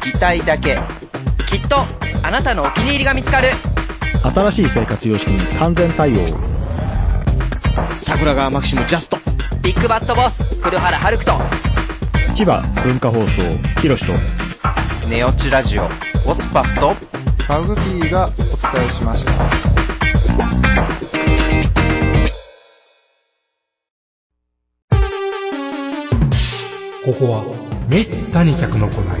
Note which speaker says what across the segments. Speaker 1: 聞きたいだけ。
Speaker 2: きっとあなたのお気に入りが見つかる
Speaker 3: 新しい生活様式に完全対応。
Speaker 4: 桜川マキシムジャスト。
Speaker 2: ビッグバットボス黒原遥人
Speaker 3: 千葉文化放送、ひろしと。
Speaker 1: ネオチラジオ。オスパフと。
Speaker 5: マグキーがお伝えしました。
Speaker 6: ここはめったに客の来ない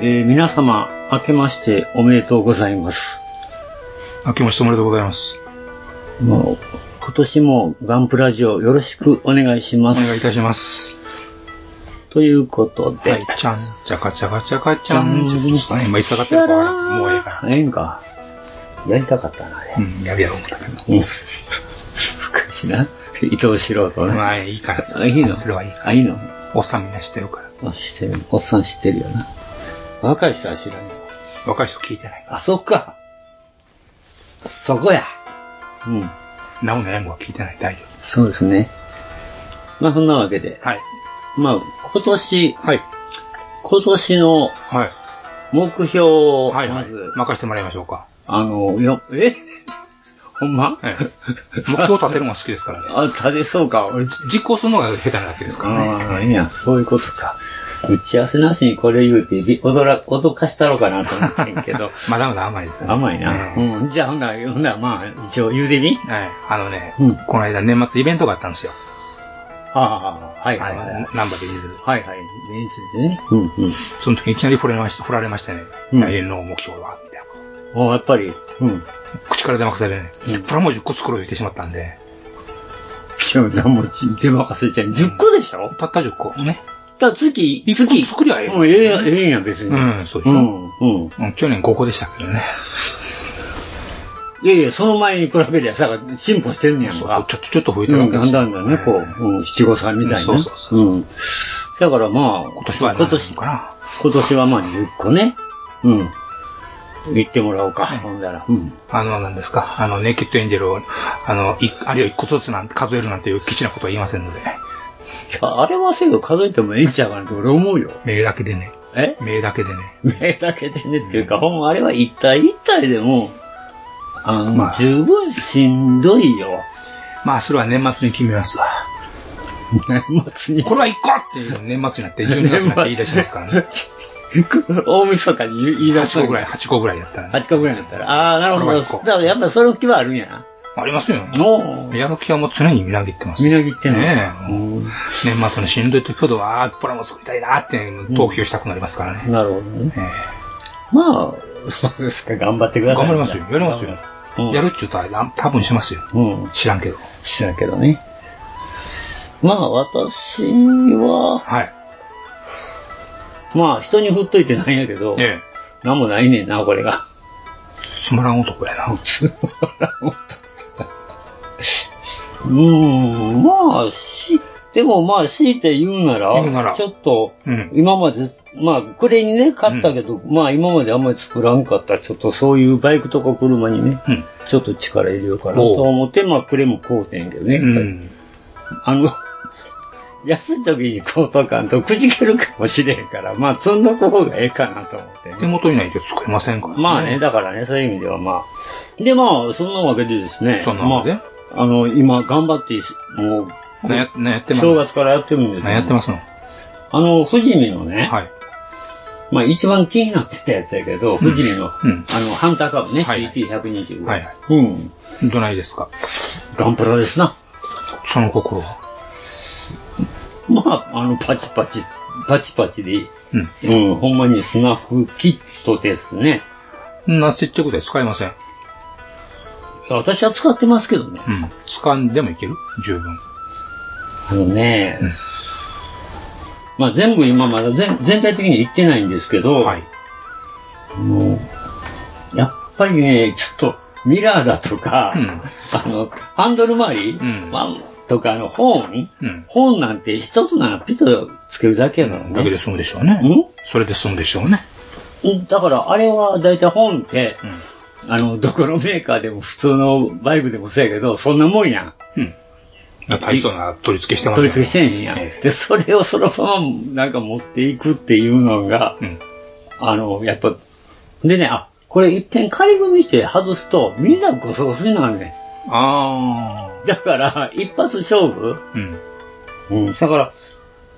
Speaker 7: えー皆様、明けましておめでとうございます。
Speaker 8: 明けましておめでとうございます。
Speaker 7: もう、今年もガンプラジオよろしくお願いし
Speaker 8: お
Speaker 7: ます。
Speaker 8: 願いいたします。
Speaker 7: ということで、
Speaker 8: はい、ちゃん、ちゃかちゃかちゃかちゃん。
Speaker 7: じ
Speaker 8: ち
Speaker 7: ゃ
Speaker 8: ょ
Speaker 7: ん
Speaker 8: っとですかね、今、い下がってるから、もうええか
Speaker 7: ええんか。やりたかったな、あれ。
Speaker 8: ら。うん、やるやろう思ったけど。
Speaker 7: うん。 昔な、伊藤四郎とね。
Speaker 8: まあ、いいから、そ
Speaker 7: あ、いいの
Speaker 8: それはいいから。
Speaker 7: あ、いいの
Speaker 8: おっさんみんなしてるから。
Speaker 7: あ知ってる。おっさん知ってるよな。若い人は知らんよ。
Speaker 8: 若い人聞いてないか
Speaker 7: あ、そっか。そこや。うん。
Speaker 8: ら。なおのやんごは聞いてない。大丈
Speaker 7: そうですね。まあ、そんなわけで。
Speaker 8: 夫。はい。
Speaker 7: まあ、今年、
Speaker 8: はい。
Speaker 7: 今年の
Speaker 8: はい。
Speaker 7: 目標を、
Speaker 8: はい、
Speaker 7: ま
Speaker 8: はい
Speaker 7: ず、。
Speaker 8: 任せてもらいましょうか。
Speaker 7: あの、よ、え ほんま、
Speaker 8: ええ目標を立てるのが好きですからね。
Speaker 7: あ、立てそうか。俺
Speaker 8: 実行するのが下手なだけですからね。
Speaker 7: ああ、いや、そういうことか。打ち合わせなしにこれ言うて、び驚ら、脅かしたろかなと思ってんけ ど。
Speaker 8: まだまだ甘いですね。
Speaker 7: 甘いな。
Speaker 8: え
Speaker 7: う
Speaker 8: え
Speaker 7: ん。じゃあ、ほんなら、ほんなら、まあ、一応言うてみ。
Speaker 8: はい。あのね
Speaker 7: うん、
Speaker 8: この間年末イベントがあったんですよ。
Speaker 7: ああ、はい
Speaker 8: は
Speaker 7: はいはい。
Speaker 8: い。ナンバーでディズル。
Speaker 7: はいはい。練習でね。うんうん。
Speaker 8: その時いきなり振られました、振られましてね。
Speaker 7: うん
Speaker 8: 来年の目標は、みたいなこ
Speaker 7: おやっぱり、うん。
Speaker 8: と。口から出まくされね、
Speaker 7: うん
Speaker 8: プラモ10個作ろう言ってしまったんで、
Speaker 7: いや、なんもち、全部忘れちゃう。10個でしょ
Speaker 8: たった10個。ね。
Speaker 7: だから月、
Speaker 8: 一個
Speaker 7: 月。
Speaker 8: 作りゃええ
Speaker 7: もうええやん、ええやん、別に。
Speaker 8: うん、そうで
Speaker 7: う
Speaker 8: しょ。
Speaker 7: ん、うん。
Speaker 8: うん去年5個でしたけどね。
Speaker 7: いやいや、その前に比べりゃさ、進歩してんねやん
Speaker 8: そう
Speaker 7: か。
Speaker 8: ちょっと、ちょっと増えてる
Speaker 7: う
Speaker 8: わ
Speaker 7: ん、
Speaker 8: け
Speaker 7: だ
Speaker 8: です
Speaker 7: ん
Speaker 8: よ
Speaker 7: だんだね、こう、うん、七五三みたいな。
Speaker 8: そうそうそう
Speaker 7: うん。だからまあ、
Speaker 8: 今年は
Speaker 7: 今
Speaker 8: 今
Speaker 7: 年
Speaker 8: 年、かな。
Speaker 7: 今年はまあ10個ね。うん。言ってもらおうか、
Speaker 8: はい
Speaker 7: ほんだら。うん。
Speaker 8: あの、何ですか。あの、ネイキッドエンジェルを、あの、いあるいは1個ずつなんて数えるなんていう基地なことは言いませんので、
Speaker 7: いや、あれはせよ数えてもええんちゃうかなって俺思うよ。
Speaker 8: 目だけでね。
Speaker 7: え
Speaker 8: 目だけでね。
Speaker 7: 目だけでねっていうか、ほんまあれは一体一体でも、あの、
Speaker 8: まあ
Speaker 7: 十分しんどいよ。
Speaker 8: まあ、それは年末に決めますわ。
Speaker 7: 年末に
Speaker 8: これは1個っていう年末になって、12月になって言い出します からね。
Speaker 7: 大晦日に言い出す
Speaker 8: 8個ぐら い、8個ぐらいやったらね。
Speaker 7: 8個ぐらいだったら。ああ、なるほ
Speaker 8: これは
Speaker 7: ど。だ
Speaker 8: 一個
Speaker 7: からやっぱりその気はあるんやな。
Speaker 8: ありますよ。
Speaker 7: おお。
Speaker 8: やる気はもう常にみなぎってます。
Speaker 7: みなぎってんの。
Speaker 8: ねえ
Speaker 7: うん
Speaker 8: 年末のしんどい時ほど、ああ、プラモ作りたいなって、投球したくなりますからね。
Speaker 7: なるほどね。
Speaker 8: え
Speaker 7: まあ、そうですか。頑張ってく
Speaker 8: え
Speaker 7: ださい。
Speaker 8: 頑張りますよ。やりますよ。
Speaker 7: うん
Speaker 8: やるっちゅうとあれだ、多分しますよ。
Speaker 7: うん。
Speaker 8: 知らんけど。
Speaker 7: 知らんけどね。まあ、私は、
Speaker 8: はい。
Speaker 7: まあ、人に振っといてないんやけど、
Speaker 8: ええ。
Speaker 7: なんもないねんな、これが。
Speaker 8: つまらん男やな。
Speaker 7: うーん、まあ、し、でもまあ、強いて言うなら、
Speaker 8: 言うなら
Speaker 7: ちょっと、
Speaker 8: うん
Speaker 7: 今まで、まあ、これにね、買ったけど、まあ、今まであんまり作らんかった、ちょっとそういうバイクとか車にね、
Speaker 8: うん。
Speaker 7: ちょっと力入れようかなと
Speaker 8: おう
Speaker 7: 思って、まあ、これも買うてんけどね。
Speaker 8: うん。
Speaker 7: あの、安い時に買うとかんとくじけるかもしれへんから、まあ、積んどく方がええかなと思ってね。
Speaker 8: 手元にないと作れませんから。
Speaker 7: まあね、。だからね、そういう意味ではまあ。で、まあ、そんなわけでですね。
Speaker 8: そんなわけで
Speaker 7: まああの、今、頑張って、もう、
Speaker 8: 何や何やってます
Speaker 7: 正月からやってるんですけど
Speaker 8: 何やってますの
Speaker 7: あの、富士見のね、
Speaker 8: はい。
Speaker 7: まあ一番気になってたやつやけど、富士見の、
Speaker 8: うん
Speaker 7: あの、ハンター株ね、
Speaker 8: はいはい
Speaker 7: CT125。
Speaker 8: はいはい
Speaker 7: うん。
Speaker 8: どないですか
Speaker 7: ガンプラですな。
Speaker 8: その心は。
Speaker 7: まあ、あの、パチパチ、パチパチで、
Speaker 8: うん。
Speaker 7: うん、ほんまにスナフキットですね。
Speaker 8: そんな接着剤使いません。
Speaker 7: 私は使ってますけどね。
Speaker 8: うん。掴んでもいける十分。
Speaker 7: あのね、
Speaker 8: うん
Speaker 7: まあ全部今まだ全全体的にいってないんですけど、
Speaker 8: はい。
Speaker 7: あのやっぱりね、ちょっとミラーだとか、
Speaker 8: うん
Speaker 7: あの、ハンドル周り、
Speaker 8: うん
Speaker 7: まあとか、あの、ホーン、
Speaker 8: うん
Speaker 7: ホーンなんて一つならピッとつけるだけやからね。
Speaker 8: だけで済むでしょうね。
Speaker 7: ん
Speaker 8: それで済むでしょうね。
Speaker 7: うんだから、あれは大体ホーンって、
Speaker 8: うん
Speaker 7: あの、どこのメーカーでも普通のバイクでもそうやけど、そんなもんやん。
Speaker 8: うん。大層な取り付けしてます。
Speaker 7: 取り付けしててんやん。で、それをそのままなんか持っていくっていうのが、
Speaker 8: うん。
Speaker 7: あの、やっぱ、でね、あ、これ一遍仮組みして外すと、みんなゴソゴソになるね
Speaker 8: あ
Speaker 7: ん。だから、一発勝負
Speaker 8: あ。うん。
Speaker 7: うん。だから、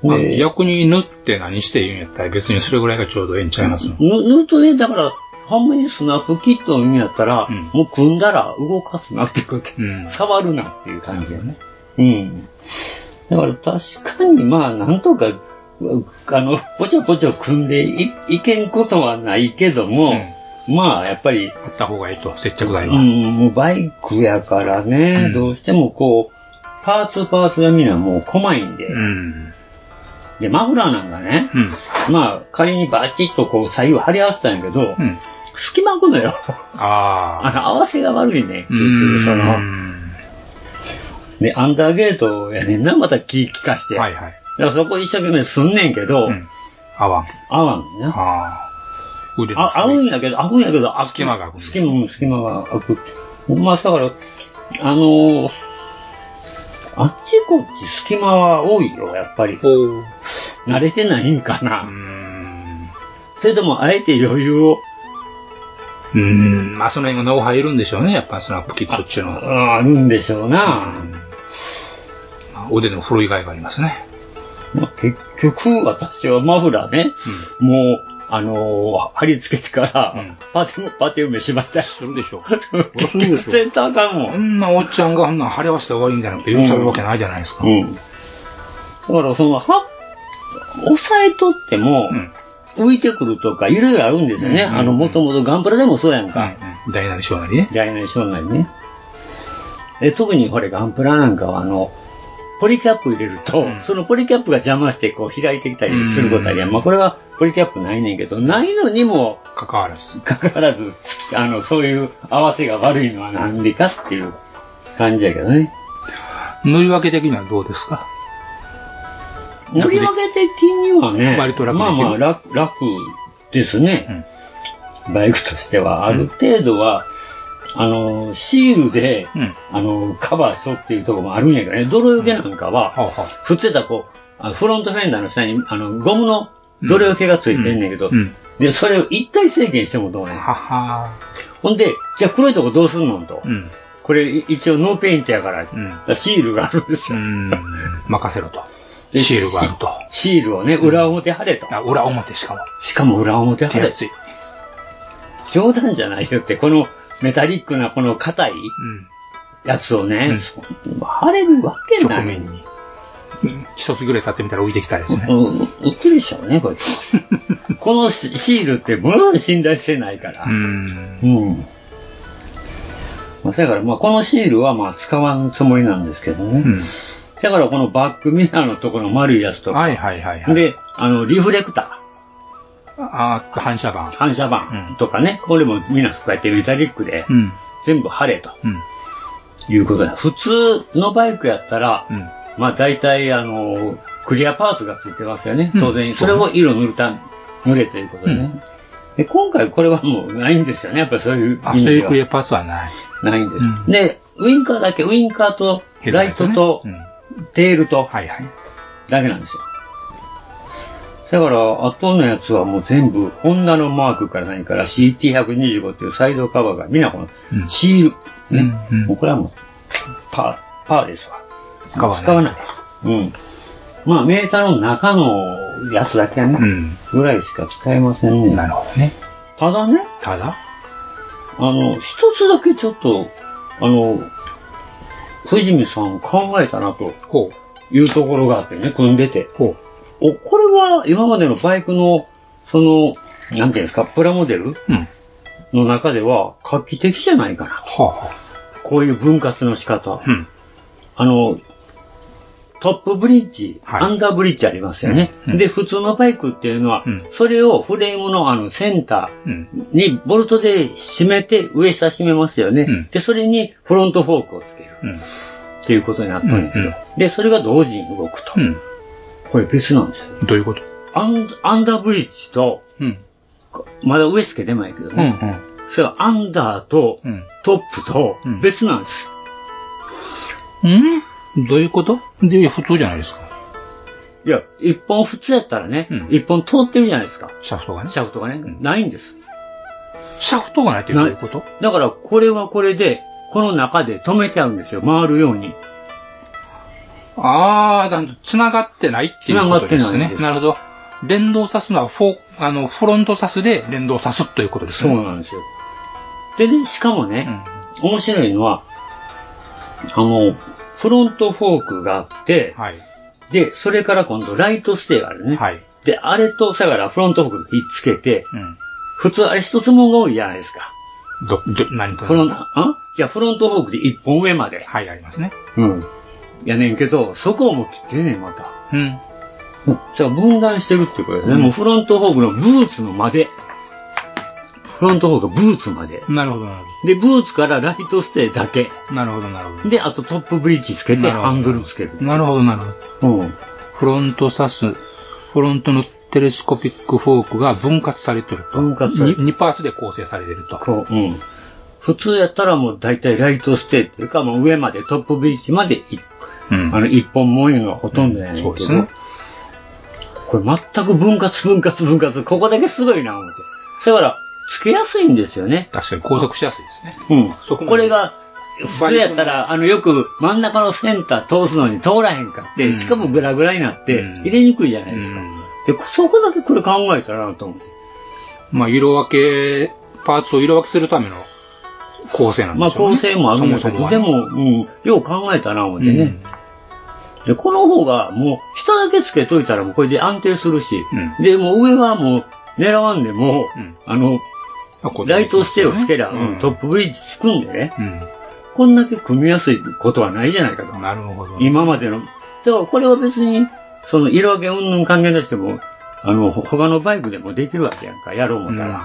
Speaker 8: まあ
Speaker 7: ね
Speaker 8: 逆に縫って何して言うんやったら別にそれぐらいがちょうどええんちゃいますの。
Speaker 7: ぬぬとね、だから、ほんまにスナップキットの意味やったら、
Speaker 8: うん
Speaker 7: もう組んだら動かすなってこと、
Speaker 8: うん
Speaker 7: 触るなっていう感じよね。うん。だから確かに、まあ、なんとか、うあの、ぽちょぽちょ組んでいいけんことはないけども、まあ、やっぱり、
Speaker 8: あった方がええと、接着剤
Speaker 7: う
Speaker 8: は。
Speaker 7: ん、もうバイクやからね、
Speaker 8: うん
Speaker 7: どうしてもこう、パーツパーツがみんなもう細いんで、
Speaker 8: うん。
Speaker 7: で、マフラーなんかね、
Speaker 8: うん。
Speaker 7: まあ、仮にバチッとこう、左右貼り合わせたんやけど、
Speaker 8: うん。
Speaker 7: 隙間空くのよ。あ
Speaker 8: ああ。
Speaker 7: の、合わせが悪いね。
Speaker 8: う
Speaker 7: 結局その、
Speaker 8: ん。
Speaker 7: ね、アンダーゲートやねんな、また気利かして。
Speaker 8: はいはい。
Speaker 7: だからそこ一生懸命すんねんけど、
Speaker 8: うん。合わん。
Speaker 7: 合わんね。
Speaker 8: ああ。腕
Speaker 7: あ合うんやけど、合うんやけど、開く
Speaker 8: 隙間が空くんです
Speaker 7: 隙間、うん隙間が開く。まあ、だから、あのーあっちこっち隙間は多いよ、やっぱり。慣れてないんか
Speaker 8: う
Speaker 7: な。
Speaker 8: ん。
Speaker 7: それとも、あえて余裕を、
Speaker 8: うん。まあその辺がノウハウいるんでしょうね。やっぱスナップキットっていうの
Speaker 7: あ
Speaker 8: は。
Speaker 7: あるんでしょうな。
Speaker 8: まあ腕の振るいがいがありますね。
Speaker 7: まあ、結局、私はマフラーね、もう、あのー貼り付けてから、
Speaker 8: うん
Speaker 7: パテ、パテ埋めしまったよ。
Speaker 8: するでしょう。
Speaker 7: 結局、センターかも
Speaker 8: こ
Speaker 7: ん。
Speaker 8: んなおっちゃんがあんなん晴れ合わせて終わりみたいなこと許されるわけないじゃないですか。
Speaker 7: うん。だから、その、は、押さえとっても、
Speaker 8: うん
Speaker 7: 浮いてくるとか、いろいろあるんですよね。
Speaker 8: うんうん
Speaker 7: あの、もともとガンプラでもそうやんか。
Speaker 8: 大なり小なりね。
Speaker 7: 大内障害ね。で特にこれ、ガンプラなんかは、あの、ポリキャップ入れると、
Speaker 8: うん
Speaker 7: そのポリキャップが邪魔して、こう、開いてきたりすることありやん。
Speaker 8: うん
Speaker 7: まあ、これはポリキャップないねんけど、ないのにも、
Speaker 8: 関わらず。
Speaker 7: かかわらず、あの、そういう合わせが悪いのはなんでかっていう感じやけどね。
Speaker 8: 縫い分け的にはどうですか
Speaker 7: 乗り分け的にはね、
Speaker 8: 割と楽で
Speaker 7: ま
Speaker 8: き
Speaker 7: あ
Speaker 8: る
Speaker 7: まあ楽楽ですね、バイクとしては。ある程度は、あの、シールで、
Speaker 8: うん
Speaker 7: あの、カバーしとっていうところもあるんやけどね、泥よけなんかは、
Speaker 8: はあはあ
Speaker 7: 普通だとこう、あフロントフェンダーの下に、あの、ゴムの泥よけがついてんねんけど、
Speaker 8: うんうん
Speaker 7: で、それを一体制限してもどうねん。
Speaker 8: はは
Speaker 7: ほんで、じゃあ黒いとこどうすんのと。
Speaker 8: うん。
Speaker 7: これ一応ノーペイントやから、
Speaker 8: ん
Speaker 7: シールがあるんです
Speaker 8: う
Speaker 7: よ。
Speaker 8: ん。任せろと。
Speaker 7: で
Speaker 8: シールがあると。
Speaker 7: シールをね、裏表貼れと。
Speaker 8: あ裏表しかも。
Speaker 7: しかも裏表貼
Speaker 8: 手
Speaker 7: れ。
Speaker 8: 厚い。
Speaker 7: 冗談じゃないよって、このメタリックなこの硬いやつをね、貼れるわ
Speaker 8: うん。
Speaker 7: けな
Speaker 8: 局
Speaker 7: い。
Speaker 8: 面に。うん一つぐらい立ってみたら浮いてきたですね。
Speaker 7: うん、うっくりしちゃうね、これ。このシシールってものすごい信頼してないから
Speaker 8: う。ん。
Speaker 7: うん。まあ、だから、まあ、このシールは、まあ、使わんつもりなんですけどね。
Speaker 8: うん
Speaker 7: だから、このバックミラーのところの丸いやつとか、
Speaker 8: はいはいはいはい。、
Speaker 7: で、あの、リフレクタ
Speaker 8: ああ、反射板
Speaker 7: ー、。反射
Speaker 8: う
Speaker 7: 板
Speaker 8: ん
Speaker 7: とかね、これもみんなこうやってメタリックで
Speaker 8: うん。
Speaker 7: 全部貼れと
Speaker 8: うん。
Speaker 7: いうことだ。普通のバイクやったら、
Speaker 8: うん。
Speaker 7: まあ大体あの、クリアパーツがついてますよね。
Speaker 8: うん
Speaker 7: 当然、それを色塗るた、塗れということでね。
Speaker 8: うん
Speaker 7: で今回これはもうないんですよね。やっぱりそういう
Speaker 8: あ、
Speaker 7: 意
Speaker 8: そう
Speaker 7: 味
Speaker 8: い
Speaker 7: で
Speaker 8: うクリ
Speaker 7: は
Speaker 8: アパスはない。
Speaker 7: ないんです。
Speaker 8: うん
Speaker 7: で、ウインカーだけ、ウインカーとライトと
Speaker 8: うん
Speaker 7: テールと
Speaker 8: はいはい。
Speaker 7: だけなんですよ。だから、後のやつはもう全部、ホンダのマークから何から CT125 っていうサイドカバーが、みんなこの
Speaker 8: うん
Speaker 7: シール、ね
Speaker 8: うんうん
Speaker 7: もうこれはもう、パー、パーですわ。
Speaker 8: 使わない。
Speaker 7: 使わない。うん。まあ、メーターの中のやつだけね、
Speaker 8: うん
Speaker 7: ぐらいしか使えませんね。
Speaker 8: なるほどね。
Speaker 7: ただね、
Speaker 8: ただ、
Speaker 7: あの、一つだけちょっと、あの、藤見さん考えたなと
Speaker 8: ほ
Speaker 7: いうところがあってね、組んでて。
Speaker 8: う、ほ
Speaker 7: お、これは今までのバイクの、その、なんていうんですか、プラモデル
Speaker 8: う。うん。は
Speaker 7: の中では画期的じゃないかな。
Speaker 8: あ、は
Speaker 7: こういう分割の仕方
Speaker 8: あ。。うん。
Speaker 7: あの、トップブリッジ、
Speaker 8: はい
Speaker 7: アンダーブリッジありますよね。
Speaker 8: うんうん
Speaker 7: で、普通のバイクっていうのは、
Speaker 8: うん
Speaker 7: それをフレームのあのセンタ
Speaker 8: う
Speaker 7: ー、
Speaker 8: ん。
Speaker 7: にボルトで締めて、上下締めますよね。
Speaker 8: うん
Speaker 7: で、それにフロントフォークをつける
Speaker 8: うん。
Speaker 7: っていうことになったんだけど、
Speaker 8: うんうん
Speaker 7: で、それが同時に動くと。
Speaker 8: うん。
Speaker 7: これ別なんですよ。
Speaker 8: どういうこと
Speaker 7: アンアンダーブリッジと、
Speaker 8: うん。
Speaker 7: まだ上付けてないけど
Speaker 8: うん。う
Speaker 7: ね、
Speaker 8: ん。
Speaker 7: それはアンダーと
Speaker 8: うん。
Speaker 7: トップと
Speaker 8: うん
Speaker 7: 別なんです。
Speaker 8: うんどういうことで、普通じゃないですか。
Speaker 7: いや、一本普通やったらね
Speaker 8: うん、
Speaker 7: 一、本通ってるじゃないですか。
Speaker 8: シャフトがね。
Speaker 7: シャフトがね、
Speaker 8: ん
Speaker 7: ないんです。
Speaker 8: シャフトがないってどういうこと
Speaker 7: だから、これはこれで、この中で止めてあるんですよ。回るように。
Speaker 8: ああ、だ繋がってないっていうことです
Speaker 7: 繋がってな
Speaker 8: ね
Speaker 7: いんで。す
Speaker 8: なるほど。連動さすのはフォー、あの、フロントさすで連動さすということです
Speaker 7: そ
Speaker 8: ね。
Speaker 7: うなんですよ。でね、しかもね、
Speaker 8: うん
Speaker 7: 面白いのは、あの、フロントフォークがあって、
Speaker 8: はい。
Speaker 7: で、それから今度ライトステーがあるね。
Speaker 8: はい。
Speaker 7: で、あれと、だからフロントフォークとひっつけて、
Speaker 8: うん。
Speaker 7: 普通あれ一つもんが多いじゃないですか。
Speaker 8: ど、ど、何と
Speaker 7: フロン、んじゃあフロントフォークで一本上まで。
Speaker 8: はい、ありますね。
Speaker 7: うん。やねんけど、そこも切ってね、また。
Speaker 8: うん。
Speaker 7: じゃあ分断してるってことだよね。
Speaker 8: うん
Speaker 7: もうフロントフォークのブーツのまで。フロントフォークブーツまで。
Speaker 8: なるほど、なる
Speaker 7: で、ブーツからライトステーだけ。
Speaker 8: ほど。なるほど、なるほど。
Speaker 7: で、あとトップブリッジつけて、
Speaker 8: なるほど
Speaker 7: ハンドルつける。
Speaker 8: なるほど、なるほど。
Speaker 7: うん。
Speaker 8: フロントサス、フロントのテレスコピックフォークが分割されてると。
Speaker 7: 分割されてる
Speaker 8: 2パースで構成されてると。
Speaker 7: こう、うん。普通やったらもう大体ライトステーっていうか、もう上までトップビーチまで一、
Speaker 8: うん
Speaker 7: あの一本もいうのがほとんどやねんけど、
Speaker 8: そうですね。
Speaker 7: これ全く分割分割分割、ここだけすごいな、思って。だから、つけやすいんですよね。
Speaker 8: 確かに拘束しやすいですね。
Speaker 7: うん。
Speaker 8: そこまで
Speaker 7: これが、普通やったら、あの、よく真ん中のセンター通すのに通らへんかって、
Speaker 8: うん
Speaker 7: しかもグラグラになって、
Speaker 8: うん
Speaker 7: 入れにくいじゃないうですか。
Speaker 8: ん。
Speaker 7: で、そこだけこれ考えたらなと思って。
Speaker 8: まあ、色分け、パーツを色分けするための構成なん
Speaker 7: ま
Speaker 8: で
Speaker 7: あ、
Speaker 8: しょうね。
Speaker 7: 構成もあるんだけ
Speaker 8: そもそ
Speaker 7: ど、
Speaker 8: も
Speaker 7: で
Speaker 8: はね、
Speaker 7: も、うん、よう考えたな、思って
Speaker 8: うん
Speaker 7: ね。で、この方が、もう、下だけつけといたら、もうこれで安定するし、
Speaker 8: う
Speaker 7: で、もう上はもう、狙わんでも、
Speaker 8: うん
Speaker 7: あの、
Speaker 8: まあこう
Speaker 7: ライトステーをつけりゃ、
Speaker 8: う
Speaker 7: うん
Speaker 8: ん
Speaker 7: トップブリッジつくんでね、
Speaker 8: う
Speaker 7: こんだけ組みやすいことはないじゃないかと
Speaker 8: ん。。なるほど。
Speaker 7: 今までの。だから、これは別に、その、色分けうんぬん関係なくても、あの、ほ他のバイクでもできるわけやんか、やろう思ったら。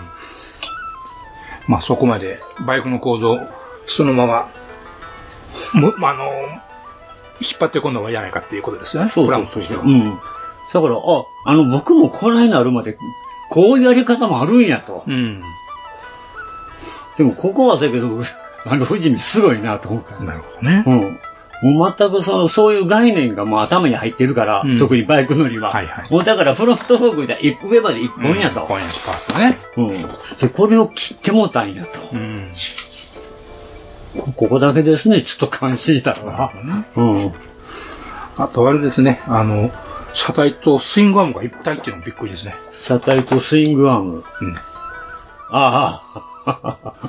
Speaker 8: まあそこまで、バイクの構造、そのまま、むあの、引っ張ってこんのはいやないかっていうことですよね。
Speaker 7: そう
Speaker 8: プラ
Speaker 7: そ
Speaker 8: ン
Speaker 7: う
Speaker 8: として
Speaker 7: そう。
Speaker 8: は。
Speaker 7: うん。だから、あ、あの、僕もこないなるまで、こういうやり方もあるんやと。
Speaker 8: うん。
Speaker 7: でも、ここはだけど、 あの、富士見すごいなと思った。
Speaker 8: なるほどね。
Speaker 7: うん。もう全くその、そういう概念がもう頭に入ってるから、
Speaker 8: うん
Speaker 7: 特にバイク乗りは。
Speaker 8: はいはい
Speaker 7: もうだから、フロントフォークみたいな上まで一本やと。
Speaker 8: 今夜しパースだね。
Speaker 7: うん。で、これを切ってもうたんやと。
Speaker 8: ん。
Speaker 7: ここだけですね、ちょっと感心したのは。うん。
Speaker 8: あとあれですね、あの、車体とスイングアームが一体っていうのもびっくりですね。
Speaker 7: 車体とスイングアーム。
Speaker 8: うん。
Speaker 7: ああ。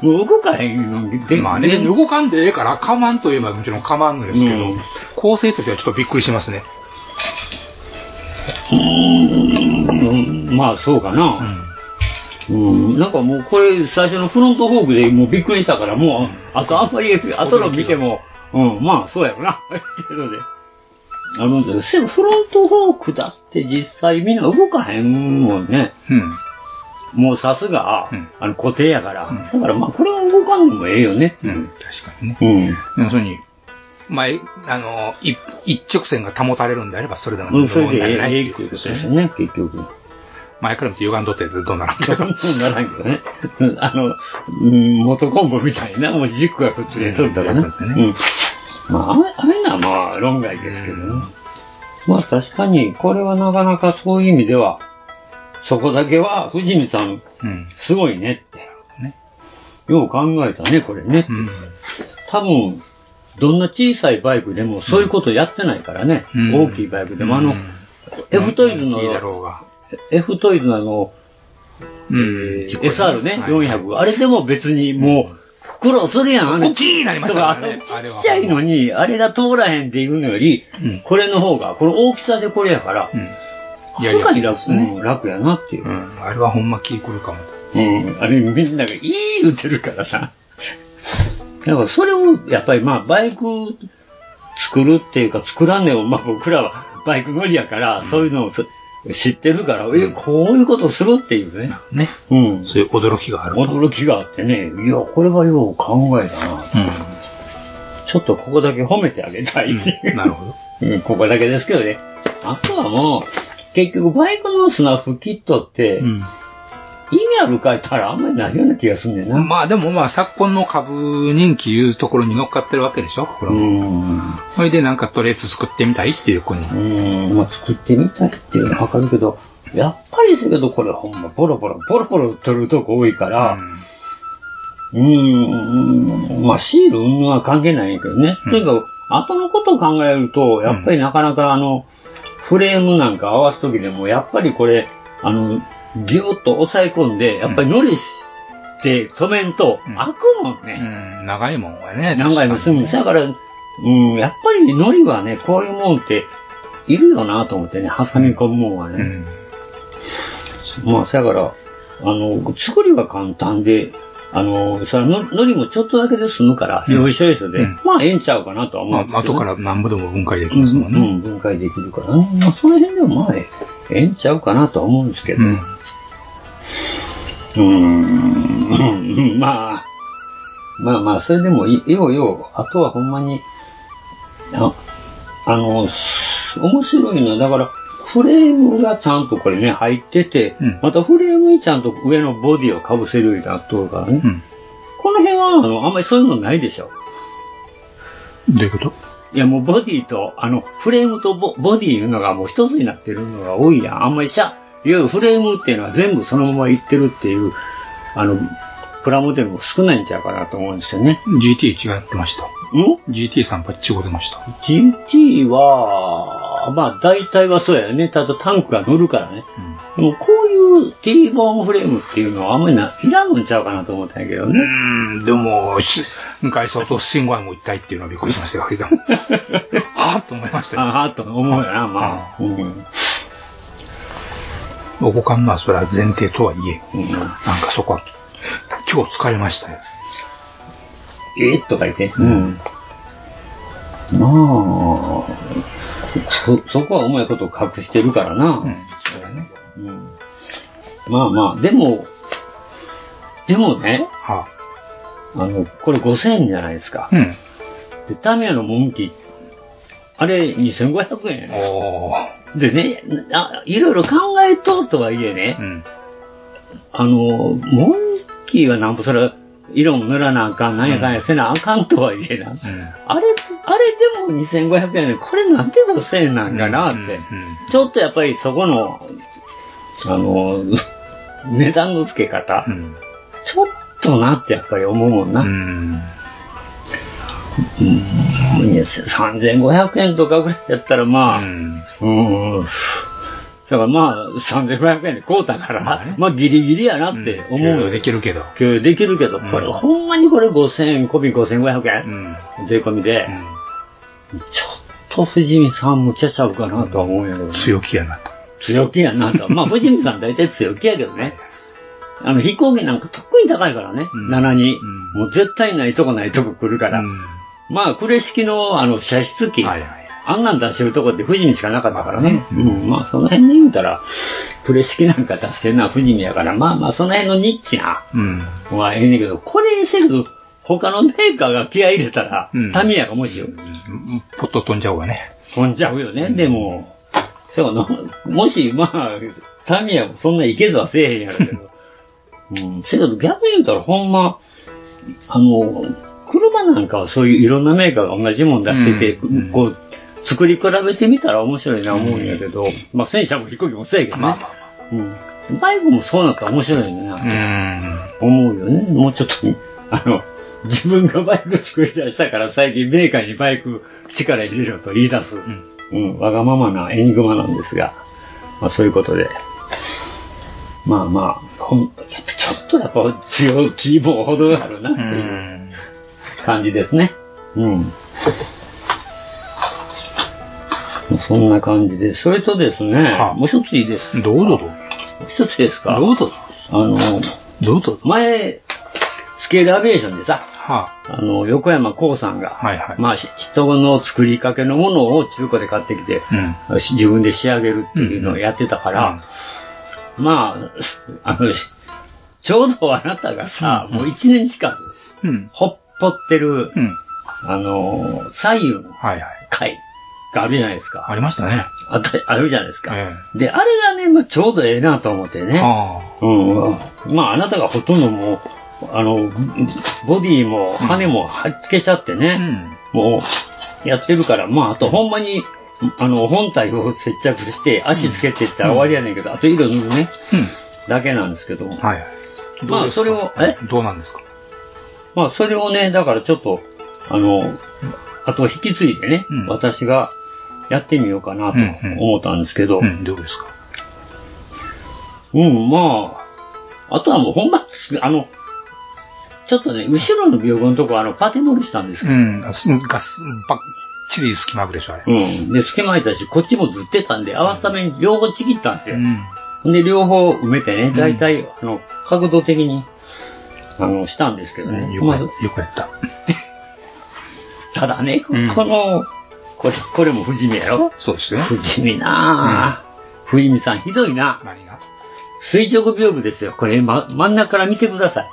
Speaker 7: もう動かへんの。
Speaker 8: まあね、動かんでええから、かまんといえばもちろんかまんのですけど、
Speaker 7: うん
Speaker 8: 構成としてはちょっとびっくりしますね。
Speaker 7: うんまあ、そうかな。
Speaker 8: うん。
Speaker 7: うん、なんかもうこれ最初のフロントフォークでもうびっくりしたからもう、あとあんまり、あとの見ても、うん、まあそうやろな。けどね。あの、でもフロントフォークだって実際みんな動かへんもんね。
Speaker 8: うん。
Speaker 7: もうさすが、
Speaker 8: うん
Speaker 7: あの固定やから。
Speaker 8: うん
Speaker 7: だからまあこれは動かんでもええよね。
Speaker 8: うん、確かにね。
Speaker 7: うん。
Speaker 8: 要するに、前、あの、い一直線が保たれるんであれば、それでも
Speaker 7: う
Speaker 8: 問
Speaker 7: ん、それでえ
Speaker 8: 題ないっ
Speaker 7: え
Speaker 8: て
Speaker 7: ええ
Speaker 8: いう
Speaker 7: って
Speaker 8: こ
Speaker 7: いう
Speaker 8: とで
Speaker 7: こと
Speaker 8: す
Speaker 7: で
Speaker 8: よ
Speaker 7: す
Speaker 8: ね。
Speaker 7: ね、結局。
Speaker 8: 前から見て歪んどってどうなるんだ
Speaker 7: そ
Speaker 8: ろう。
Speaker 7: うならんけどね。あの、うん、元コンボみたいな、もう軸がくっついとったらね。
Speaker 8: うんそうですね
Speaker 7: うん。まあ、あれあれなまあ、論外ですけどね。
Speaker 8: うん
Speaker 7: まあ、確かに、これはなかなかそういう意味では、そこだけは、藤見さん、
Speaker 8: うん。
Speaker 7: すごいねって。
Speaker 8: ね
Speaker 7: よう考えたね、これね。
Speaker 8: うん。
Speaker 7: 多分、どんな小さいバイクでもそういうことやってないからね。
Speaker 8: うん
Speaker 7: 大きいバイクでも、あ
Speaker 8: う
Speaker 7: の
Speaker 8: ん、
Speaker 7: F トイズ
Speaker 8: いいだろ
Speaker 7: の、
Speaker 8: うが。
Speaker 7: F トイズのあの、
Speaker 8: う
Speaker 7: えー
Speaker 8: ん
Speaker 7: SR ね、
Speaker 8: はいはい
Speaker 7: 400。あれでも別にもう、苦労するやん、あの
Speaker 8: 大きいなりましたからね
Speaker 7: そうあ
Speaker 8: あれ
Speaker 7: の
Speaker 8: は
Speaker 7: ちっちゃいのに、あれが通らへんっていうのより、
Speaker 8: うん
Speaker 7: これの方が、これ大きさでこれやから、
Speaker 8: うんや
Speaker 7: は
Speaker 8: り
Speaker 7: る
Speaker 8: や
Speaker 7: か
Speaker 8: す
Speaker 7: に
Speaker 8: いですね
Speaker 7: 楽,、うん楽やなっていう
Speaker 8: う。ん、あれはほんま気くるかも。
Speaker 7: うん、あれみんながいい言ってるからさ。だからそれを、やっぱりまあ、バイク作るっていうか、作らんねんを、まあ僕らはバイク乗りやから、そういうのをそ知ってるから、え、こういうことするっていうね。
Speaker 8: ね。
Speaker 7: うん。
Speaker 8: そういう驚きがあると。
Speaker 7: 驚きがあってね、いや、これはよう考えたな。
Speaker 8: う
Speaker 7: ちょっとここだけ褒めてあげたい。
Speaker 8: ん。なるほど。
Speaker 7: うん、ここだけですけどね。あとはもう、結局バイクのスナッフキットって、
Speaker 8: うん。
Speaker 7: 意味あるか言ったらあんまりないような気がすんねんな。
Speaker 8: まあでもまあ昨今の株人気いうところに乗っかってるわけでしょこれ
Speaker 7: う
Speaker 8: も
Speaker 7: ん。
Speaker 8: それでなんかトレース作ってみたいっていう子に。
Speaker 7: うん、まあ作ってみたいっていうのはわかるけど、やっぱりせけどこれほんまボロボロ、ボロボロ取るとこ多いから、うん、まあシールうんぬんは関係ないんやけどね。
Speaker 8: うん
Speaker 7: とにかく、後のことを考えると、やっぱりなかなかあの、フレームなんか合わすときでも、やっぱりこれ、あの、ぎゅーっと押さえ込んで、やっぱり乗りして止めんと、
Speaker 8: うん
Speaker 7: 開くもんね。
Speaker 8: うん。長いもんはね。
Speaker 7: 何回も済む。だから、うん、やっぱり海苔はね、こういうもんって、いるよなと思ってね、挟み込むもんは
Speaker 8: う
Speaker 7: ね。
Speaker 8: ん。
Speaker 7: まあ、だから、あの、作りは簡単で、あの、それの海苔もちょっとだけで済むから、
Speaker 8: うん
Speaker 7: よいしょよいしょ
Speaker 8: う
Speaker 7: で、
Speaker 8: ん
Speaker 7: まあ、ええんちゃうかなとは思
Speaker 8: ま
Speaker 7: うんです
Speaker 8: あ、
Speaker 7: けど、
Speaker 8: 後から何部でも分解でき
Speaker 7: うん、
Speaker 8: ますもん
Speaker 7: う
Speaker 8: ね。
Speaker 7: ん分解できるからね。まあ、その辺でもまあ、ええええんちゃうかなとは思うんですけど、
Speaker 8: う。
Speaker 7: うんーん、 まあ、まあまあ、それでもいいよいよ、あとはほんまに、ああの、す面白いのは、だから、フレームがちゃんとこれね、入ってて、
Speaker 8: うん
Speaker 7: またフレームにちゃんと上のボディをかぶせるようになっとるからね。
Speaker 8: うん。
Speaker 7: この辺は、あの、あんまりそういうのないでしょ。
Speaker 8: どういうこと
Speaker 7: いや、もうボディと、あの、フレームとボボディいうのがもう一つになってるのが多いやん。あんまりシャ、いわゆるフレームっていうのは全部そのままいってるっていう、あの、プラモデルも少ないんちゃうかなと思うんですよね。
Speaker 8: ?GT 違ってました。
Speaker 7: ん
Speaker 8: GT3 パッチ5出ました。
Speaker 7: GT は、まあ大体はそうやよね。ただタンクが乗るからね。でもこういう T ボーンフレームっていうのはあんまりないらんのちゃうかなと思ったんやけど
Speaker 8: う
Speaker 7: ね。
Speaker 8: ん。でも、し外装と信号はもう一体っていうのはびっくりしましたよ。あれで もはぁと思いましたよ。
Speaker 7: ああ、と思うよな、まあ。うん。うん
Speaker 8: おこかんまあ、それは前提とはいえ、なんかそこは、今日疲れましたよ。
Speaker 7: えー、とか言って。うん。なあ、そ、そこはうまいこと隠してるからな。
Speaker 8: うん。そうだね。
Speaker 7: うんまあまあ、でも、でもね、
Speaker 8: は
Speaker 7: あの、これ5000円じゃないですか
Speaker 8: あ。。うん。
Speaker 7: で、タミヤのモンキー、あれ2500円やね。
Speaker 8: おー。
Speaker 7: でね、あいろいろ考えとうとはいえね、
Speaker 8: ん。
Speaker 7: あの、モンキーはなんぼそれ、色も塗らなあかん、なんやかんやせなあかんとはいえな。
Speaker 8: うん。
Speaker 7: あれ、あれでも2500円で、これなんで5000円なんかなって。
Speaker 8: うん
Speaker 7: ちょっとやっぱりそこの、あの、 値段の付け方、
Speaker 8: うん。
Speaker 7: ちょっとなってやっぱり思うもんな。
Speaker 8: うん。
Speaker 7: いや3500円とかぐらいやったらまあ、
Speaker 8: うん。
Speaker 7: うん。だからまあ、3500円で買うたから、
Speaker 8: ま
Speaker 7: ま
Speaker 8: あ
Speaker 7: あ、
Speaker 8: ね
Speaker 7: ギリギリやなって思う
Speaker 8: 給
Speaker 7: よ。
Speaker 8: 料できるけど。
Speaker 7: 給料できるけど、これ、
Speaker 8: うん
Speaker 7: ほんまにこれ5000円、込み5500円、
Speaker 8: ん。
Speaker 7: 税込みで、ちょっと藤見さんむちゃちゃうかなとは思うんやけど、ね、
Speaker 8: 強気やなと。
Speaker 7: 強気やなと。 まあ、藤見さん大体強気やけどね。あの、飛行機なんか特に高いからね、
Speaker 8: うん
Speaker 7: 7に、
Speaker 8: うん
Speaker 7: もう絶対ないとこないとこ来るから。まあ、呉式の、あの、射出機。
Speaker 8: はいはい。
Speaker 7: あんなん出してるとこって富士見しかなかったからね。
Speaker 8: まあ
Speaker 7: うん、まあその辺で言うたら、プレ式なんか出してるのは富士見やから、まあまあその辺のニッチな、
Speaker 8: うん。
Speaker 7: まあええねんけど、これせず、他のメーカーが気合い入れたら、
Speaker 8: うん
Speaker 7: タミヤがもし
Speaker 8: ポッと飛んじゃおうがね。
Speaker 7: 飛んじゃうよね、でも。でもな、もし、まあ、タミヤもそんないけずはせえへんやろけ ど。うん、せやけど逆に言うたらほんま、あの、車なんかはそういういろんなメーカーが同じもん出してて、
Speaker 8: うん
Speaker 7: こう、作り比べてみたら面白いな思うんやけど、まあ戦車も飛行機もそうやけどね。
Speaker 8: まあまあ
Speaker 7: うん。バイクもそうなったら面白いな、
Speaker 8: うん。
Speaker 7: 思うよね。もうちょっと、あの、自分がバイク作り出したから最近メーカーにバイク力入れろと言い出す、うんわがままなエニグマなんですが、まあ、そういうことで、まあまあ、ほんやっぱちょっとやっぱ強気もほどあるなっていう感じですね。うん。そんな感じで、それとですね、
Speaker 8: はあ
Speaker 7: もう一ついいです。
Speaker 8: どうぞどうぞ。
Speaker 7: もう一つですか
Speaker 8: どうぞ。
Speaker 7: あの、
Speaker 8: どうぞ。
Speaker 7: 前、スケールアビエーションでさ、
Speaker 8: は
Speaker 7: あの、横山光さんが、
Speaker 8: はいはい
Speaker 7: まあ、し人の作りかけのものを中古で買ってきて、
Speaker 8: あ。
Speaker 7: し自分で仕上げるっていうのをやってたから、まあ、あ の、しちょうどあなたがさ、もう一年近く、
Speaker 8: うん。うん。
Speaker 7: ほっぽってる、
Speaker 8: うん。
Speaker 7: あの、左右の
Speaker 8: はいはい。
Speaker 7: 会があるじゃないです
Speaker 8: あ
Speaker 7: か。
Speaker 8: りましたね。
Speaker 7: あったあるじゃないですか。
Speaker 8: え
Speaker 7: で、あれがね、まあ、ちょうどええなと思ってね。
Speaker 8: え。あ
Speaker 7: うん、まあ、あなたがほとんどもう、あの、ボディも羽も貼っ付けちゃって
Speaker 8: あ。う
Speaker 7: ね、
Speaker 8: ん。
Speaker 7: もう、やってるから、まあ、あと、ほんまに、あの、本体を接着して、足つけてったら終わりやねんけど、あと色塗るね、だけなんですけど、
Speaker 8: はいはい。
Speaker 7: まあ、それを、え
Speaker 8: どうなんですか
Speaker 7: まあ、それをね、だからちょっと、あの、あと引き継いでね、
Speaker 8: うん
Speaker 7: 私がやってみようかなと
Speaker 8: うんうん
Speaker 7: 思ったんですけど、
Speaker 8: うん、どうですか
Speaker 7: うん、まあ、あとはもうほんま、あの、ちょっとね、後ろの屏風のとこあの、パテ盛りしたんですけ
Speaker 8: うん。ガス、ばっちり隙間ぐでしょ、あれ。
Speaker 7: ど、うん。で、隙間空いたし、こっちもずってたんで、合わすために両方ちぎったんですよ。
Speaker 8: うん。
Speaker 7: で、両方埋めてね、大体、あの、角度的に、あの、したんですけどね。
Speaker 8: よく
Speaker 7: ま
Speaker 8: や
Speaker 7: あ
Speaker 8: よくやった。
Speaker 7: ただね、こ
Speaker 8: うん
Speaker 7: この、これ、これも不死身やろ
Speaker 8: そうですね。
Speaker 7: 不死身なぁ。不死身さん、ひどいな
Speaker 8: 何が
Speaker 7: 垂直屏風ですよ。これ、ま、真ん中から見てくださ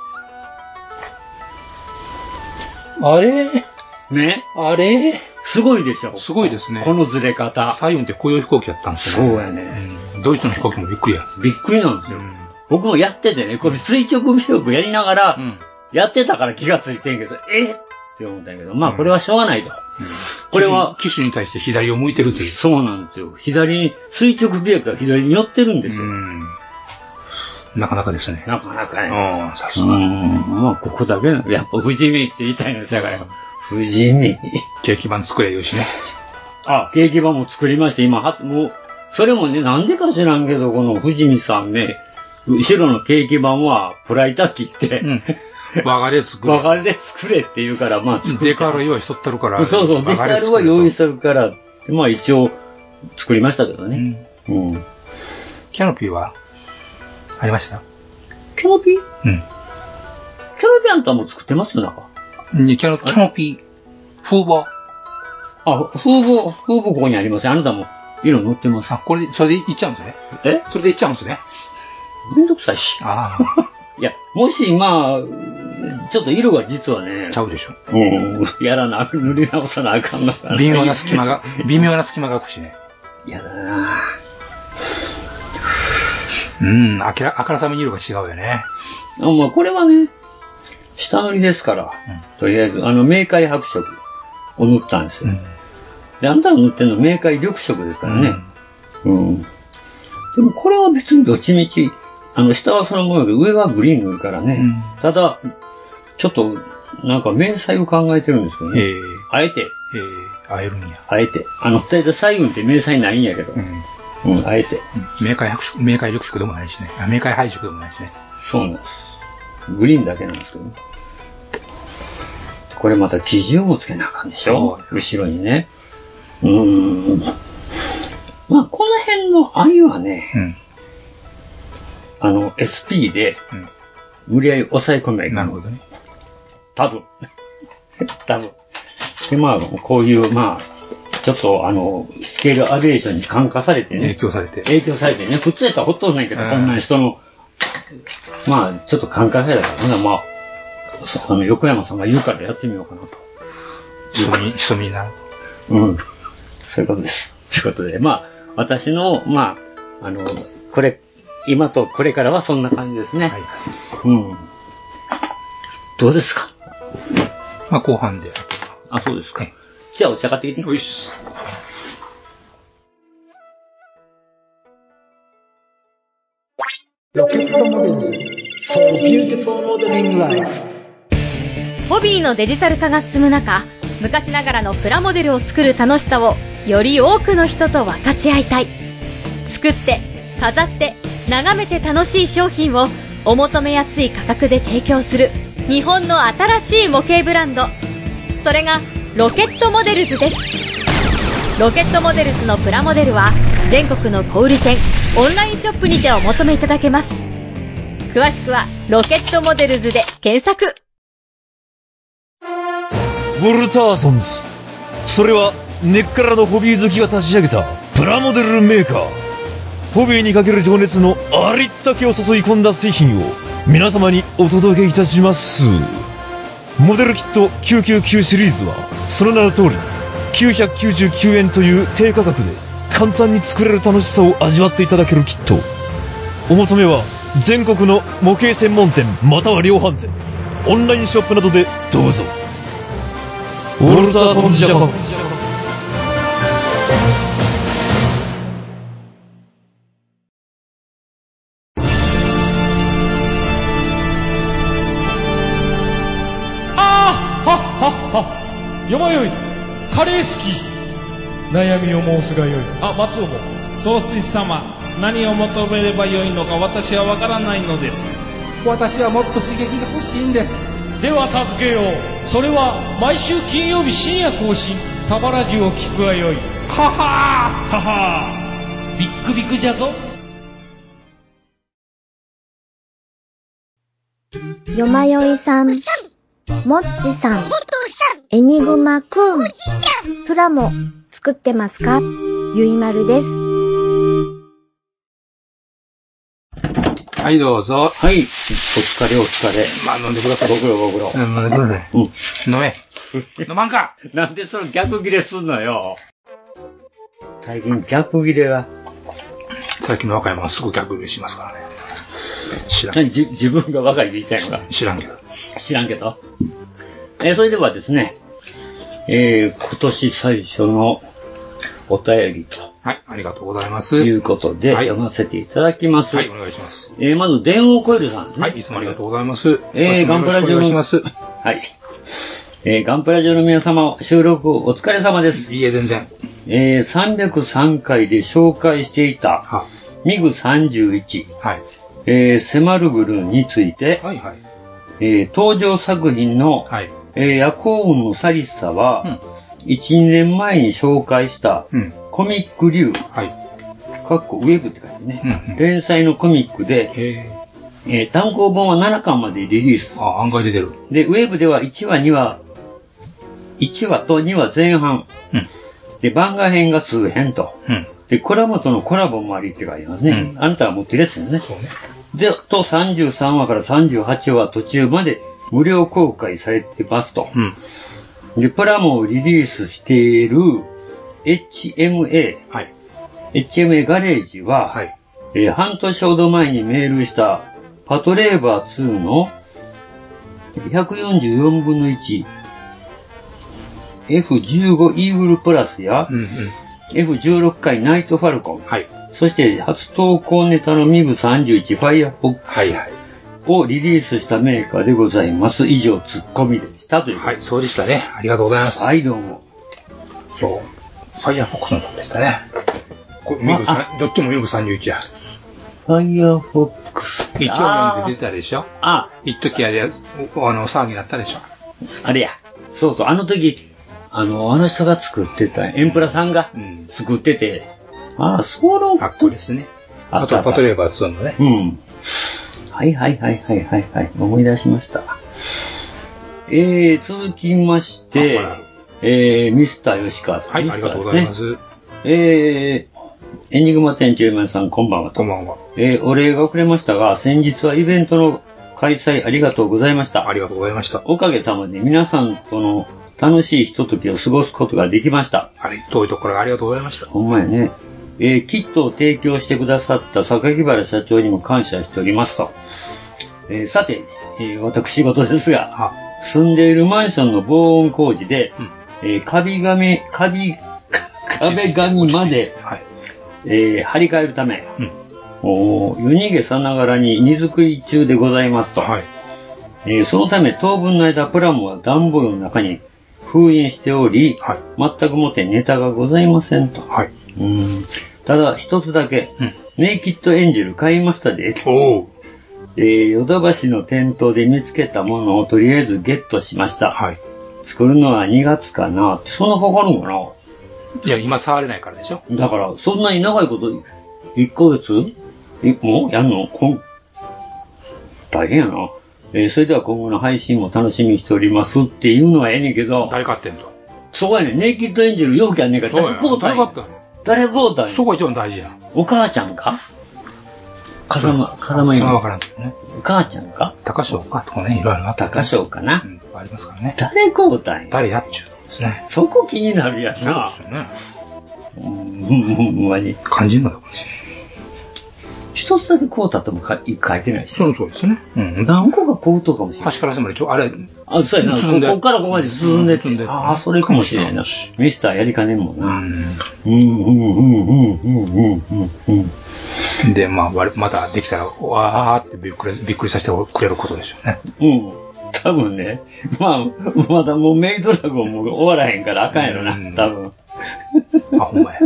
Speaker 8: あれ
Speaker 7: い。ね
Speaker 8: あれ
Speaker 7: すごいでしょ
Speaker 8: すごいですね。
Speaker 7: このずれ方。
Speaker 8: サイウンってこういう飛行機やったんですよね。
Speaker 7: そうやね。
Speaker 8: うんドイツの飛行機もびっくりや。
Speaker 7: びっくりなんですよ。僕もやっててね、これ垂直屏風やりながら、
Speaker 8: うん
Speaker 7: やってたから気がついてんけど、えっって思ったんやけど、まあこれはしょうがないと。これは、
Speaker 8: 機種に対して左を向いてるという。
Speaker 7: そうなんですよ。左に、垂直屏風が左に寄ってるんですよ。
Speaker 8: うん。なかなかですね。
Speaker 7: なかなか
Speaker 8: う
Speaker 7: ね。
Speaker 8: ん、さす
Speaker 7: う
Speaker 8: が。
Speaker 7: ん、まあここだけなのやっぱ不死身って言いたいんですよ、だから。不死身。
Speaker 8: ケーキ版作れよしね。
Speaker 7: あ、ケーキ版も作りまして、今、はもう、それもね、なんでか知らんけど、この藤見さんね、後ろのケーキ版はプライタッキって、
Speaker 8: うん。我がで作
Speaker 7: バ
Speaker 8: る。
Speaker 7: カで作れって言うから、まあ作
Speaker 8: デカールは用意しとったるから。
Speaker 7: そうそう、デ
Speaker 8: 我が
Speaker 7: カ
Speaker 8: で
Speaker 7: ール
Speaker 8: 作
Speaker 7: は
Speaker 8: れと
Speaker 7: 用意してるから、まあ一応作りましたけど
Speaker 8: う
Speaker 7: ね。
Speaker 8: ん
Speaker 7: うん。
Speaker 8: キャノピーはありました
Speaker 7: キャノピーキャ
Speaker 8: うん。
Speaker 7: ノピーあんたも作ってますよ、なんか。
Speaker 8: にキャノキャノピー、フーバー。
Speaker 7: あ、風貌、風貌ここにありますよ。あなたも色塗ってます
Speaker 8: あ、。これで、それでいっちゃうんですね。
Speaker 7: え
Speaker 8: それでいっちゃうんですね。
Speaker 7: めんどくさいし。
Speaker 8: あ あ、
Speaker 7: いや、もしまあ、ちょっと色が実はね、
Speaker 8: ちゃうでしょ。
Speaker 7: うん、やらな、塗り直さなあかんのかな。
Speaker 8: 微妙な隙間が、微妙な隙間が空くしね。
Speaker 7: やだな
Speaker 8: うん、あきら、あからさまに色が違うよね。
Speaker 7: あまあ、これはね、下塗りですから、とりあえず、あの、明快白色を塗ったんですよ。で、あんたが塗ってるのは明快緑色ですからね。うん。でも、これは別にどっちみち、あの、下はそのもので、上はグリーン塗るからね。
Speaker 8: うん
Speaker 7: ただ、ちょっと、なんか、明細を考えてるんですけど
Speaker 8: ええ
Speaker 7: ね。あえて、
Speaker 8: ええ会えるんや。
Speaker 7: あえて。あの、大体左右って明細ないんやけど
Speaker 8: う。ん。
Speaker 7: うん、あえて。
Speaker 8: 明快白色、明快緑色でもないしね。あ明快配色でもないしね。
Speaker 7: そうなんです。グリーンだけなんですけどね。これまた基準をつけなあかんでしょ後ろにね。うーん。まあ、この辺の愛はね、
Speaker 8: うん。
Speaker 7: あの、SP で
Speaker 8: うん、
Speaker 7: 無理やり抑え込めばいい
Speaker 8: なるほどね。
Speaker 7: 多分。 多分。で、まあ、こういう、まあ、ちょっと、あの、スケールアビエーションに感化されてね
Speaker 8: 影、響されて。
Speaker 7: 影響されてね、普通やったらほっとんないけど、
Speaker 8: うん
Speaker 7: こんな人の、まあ、ちょっと感化されたから、ほな、まあ、そあの、横山さんが言うからやってみようかなと。
Speaker 8: 潜み、潜みになる
Speaker 7: うん。そういうことです。ということで、まあ、私の、まあ、あの、これ、今とこれからはそんな感じですね。
Speaker 8: と。はい。
Speaker 7: うん。どうですか
Speaker 8: まあ、後半で。
Speaker 7: あ、そうですか
Speaker 8: はい。
Speaker 7: じゃあ、お茶買ってきて。
Speaker 8: よし。
Speaker 9: ホビーのデジタル化が進む中昔ながらのプラモデルを作る楽しさをより多くの人と分かち合いたい作って飾って眺めて楽しい商品をお求めやすい価格で提供する日本の新しい模型ブランドそれがロケットモデルズですロケットモデルズのプラモデルは全国の小売店オンラインショップにてお求めいただけます詳しくは「ロケットモデルズ」で検索
Speaker 10: ウォルターソンズそれは根っからのホビー好きが立ち上げたプラモデルメーカーホビーにかける情熱のありったけを注い込んだ製品を皆様にお届けいたしますモデルキット999シリーズはその名の通り999円という低価格で簡単に作れる楽しさを味わっていただけるキットお求めは全国の模型専門店または量販店オンラインショップなどでどうぞウォルターソンズジャパン
Speaker 11: ああはっはっはよまよいカレー好き悩みを申すがよいあ松尾も総帥様何を求めればよいのか私はわからないのです私はもっと刺激が欲しいんですでは助けようそれは毎週金曜日深夜更新サバラジュを聞くがよいははーははービックビックじゃぞ
Speaker 12: よまよいさん、もっちさん、エニグマくん、プラモ作ってますかゆいまるです。
Speaker 8: はい、どうぞ。
Speaker 7: はい、お疲れお疲れ。
Speaker 8: まあ、飲んでください。
Speaker 7: ご苦労ご苦労。
Speaker 8: うん飲んでください。
Speaker 7: うん
Speaker 8: 飲め。飲まんか
Speaker 7: なんでその逆切れすんのよ。最近逆切れは、
Speaker 8: 最近の若いもんすぐ逆上しますからね。知らん。
Speaker 7: 何じ自分が若いで言いたいのか。
Speaker 8: 知らんけど。
Speaker 7: 知らんけど。えーそれではですね、えー今年最初のお便りと
Speaker 8: はい、ありがとうございます。
Speaker 7: いうことで、
Speaker 8: はい
Speaker 7: 読ませていただきます。
Speaker 8: はい、お願いします。
Speaker 7: えーまず、電王コイルさんですね。
Speaker 8: はい、いつもありがとうございます。
Speaker 7: えー
Speaker 8: 私もよろしくお願いします。
Speaker 7: はい。えーガンプラジオの皆様、収録お疲れ様です。
Speaker 8: いいえ、全然。
Speaker 7: えー303回で紹介していた、
Speaker 8: は、
Speaker 7: ミグ31、
Speaker 8: はい。
Speaker 7: えーセマルグルについて、
Speaker 8: はい、はい。
Speaker 7: えー登場作品の、
Speaker 8: はい。
Speaker 7: えー夜行運の寂しさは、
Speaker 8: うん
Speaker 7: 1、2年前に紹介した、
Speaker 8: うん。
Speaker 7: コミック流、
Speaker 8: はい。
Speaker 7: かっこウェブって書いてね、
Speaker 8: うんうん
Speaker 7: 連載のコミックで、
Speaker 8: え
Speaker 7: えー単行本は7巻までリリース
Speaker 8: ー、。あ、案外出てる。
Speaker 7: で、ウェブでは1話、2話、1話と2話前半。
Speaker 8: うん
Speaker 7: で、番外編が数編と。
Speaker 8: うん。
Speaker 7: で、コラボとのコラボもありって書いてますね。
Speaker 8: う
Speaker 7: あなたは持ってるやつですね。
Speaker 8: そうね。
Speaker 7: で、と33話から38話途中まで無料公開されてますと。
Speaker 8: うん。
Speaker 7: で、プラモをリリースしている HMA、
Speaker 8: はい。
Speaker 7: HMA ガレージは、
Speaker 8: はい。
Speaker 7: えー半年ほど前にメールしたパトレーバー2の144分の1 F15 イーグルプラスや
Speaker 8: うんうん。
Speaker 7: F16 回ナイトファルコン、
Speaker 8: はい。
Speaker 7: そして初投稿ネタのミグ31ファイアフォック
Speaker 8: はいはい。
Speaker 7: をリリースしたメーカーでございます。以上、ツッコミでしたという。
Speaker 8: はい、そうでしたね。ありがとうございます。
Speaker 7: はい、どうも。
Speaker 8: そう。ファイアフォックスの方でしたね。これミグさんどっちもミグ31や。
Speaker 7: ファイアフォックス。
Speaker 8: 一応読んで出たでしょ
Speaker 7: あ、
Speaker 8: 一時あれ、あの、騒ぎになったでしょ
Speaker 7: あれや。そうそう、あの時、あの、あの人が作ってた、エンプラさんが
Speaker 8: うん。
Speaker 7: 作ってて、ああ、そうロ
Speaker 8: かっこですね。
Speaker 7: あ
Speaker 8: あ
Speaker 7: ったあ
Speaker 8: と、
Speaker 7: った
Speaker 8: パトレーバー2のね。
Speaker 7: うん。はいはいはいはいはいはい。思い出しました。えー、続きまして
Speaker 8: あはい、
Speaker 7: えー、ミスター吉川さん。
Speaker 8: はい、
Speaker 7: ミ
Speaker 8: あ
Speaker 7: ス
Speaker 8: り
Speaker 7: タ
Speaker 8: が
Speaker 7: ー
Speaker 8: とうござ
Speaker 7: で
Speaker 8: いま。す。
Speaker 7: えー、エニグマ店長山さん、こんばんは。
Speaker 8: ことんばんは。
Speaker 7: えー、お礼が遅れましたが、先日はイベントの開催ありがとうございました
Speaker 8: あ。りがとうございました。
Speaker 7: おかげさまで皆さんとの楽しいひとときを過ごすことができました。
Speaker 8: あれ、遠いところありがとうございました。
Speaker 7: ほんまやね。えーキットを提供してくださった榊原社長にも感謝しておりますと。えーさて、えー私事ですが、
Speaker 8: あ、
Speaker 7: 住んでいるマンションの防音工事で、
Speaker 8: うん
Speaker 7: えー壁紙、 壁、壁紙まで、
Speaker 8: はい。
Speaker 7: えー張り替えるため、
Speaker 8: うん
Speaker 7: おー夜逃げさながらに荷造り中でございますと。
Speaker 8: はい。
Speaker 7: えーそのため当分の間プラモは段ボールの中に封印しており、全くもってネタがございませんと。うんただ一つだけ、メイキッドエンジェル買いましたで。えーヨドバシの店頭で見つけたものをとりあえずゲットしました。作るのは2月かな。そんなかかるのかない
Speaker 8: や、今触れないからでしょ。
Speaker 7: だから、そんなに長いこと、1ヶ月えもうやんのこん、大変やな。えーそれでは今後の配信も楽しみにしておりますっていうのはええねんけど。誰
Speaker 8: 買ってんと。
Speaker 7: そうやねん。ネイキッドエンジェル容器やんねんから、誰買うたんや。誰買うたんや。そ
Speaker 8: こが一番大事や。
Speaker 7: お母ちゃんか風間、風間
Speaker 8: それ
Speaker 7: 由
Speaker 8: は
Speaker 7: 美
Speaker 8: わからんけどね。
Speaker 7: お母ちゃんか
Speaker 8: 高翔かとかね、いろいろな
Speaker 7: 高翔かな。
Speaker 8: ありますからね。
Speaker 7: 誰買うたんや。
Speaker 8: 誰やっちゅうことですね。
Speaker 7: そこ気になるやんな。
Speaker 8: そうですよね。
Speaker 7: うん、ほんまに。
Speaker 8: 肝心なとこ
Speaker 7: 一つだけこうたともか書いてないし。
Speaker 8: その通りですね。うん。
Speaker 7: 何個かこうとかもしれない。
Speaker 8: 端から端まで、ちょ、あれ、
Speaker 7: あ、そうやな。
Speaker 8: 進ん
Speaker 7: こ
Speaker 8: で
Speaker 7: こっからここまで進んでって。ああ、それかもしれないな。ミスターやりかねんもんな。うん、うん、うん、うん、うん、うん、うん。
Speaker 8: で、まあ、我々またできたら、わーってびっくりびっくりさせてくれることでしょうね。
Speaker 7: うん。多分ね。まあ、まだもうメイドラゴンも終わらへんからあかんやろな。多分。
Speaker 8: あ、ほんまや。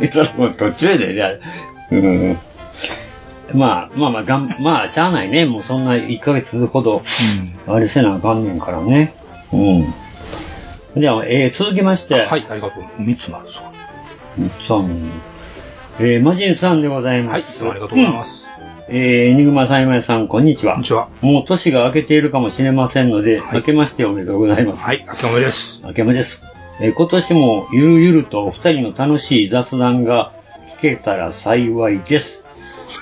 Speaker 7: メイドラゴン途中やで、ね、あれうん。まあ、まあまあ、がん、まあ、しゃあないね。もうそんな1ヶ月ほど、あれせなあかんねんからね。うん。じゃあ、えー続きまして。はい、
Speaker 8: ありがとう。3つもあるぞ。
Speaker 7: 三つあるねえー、マジンさんでございます。
Speaker 8: はい、いつもありがとうございます。
Speaker 7: えー、エニグマサイマイさん、こんにちは。こんに
Speaker 8: ちは。
Speaker 7: もう年が明けているかもしれませんので、明けましておめでとうございます。
Speaker 8: はい、明けおめです。
Speaker 7: 明けおめです。えー今年もゆるゆるとお二人の楽しい雑談が聞けたら幸いです。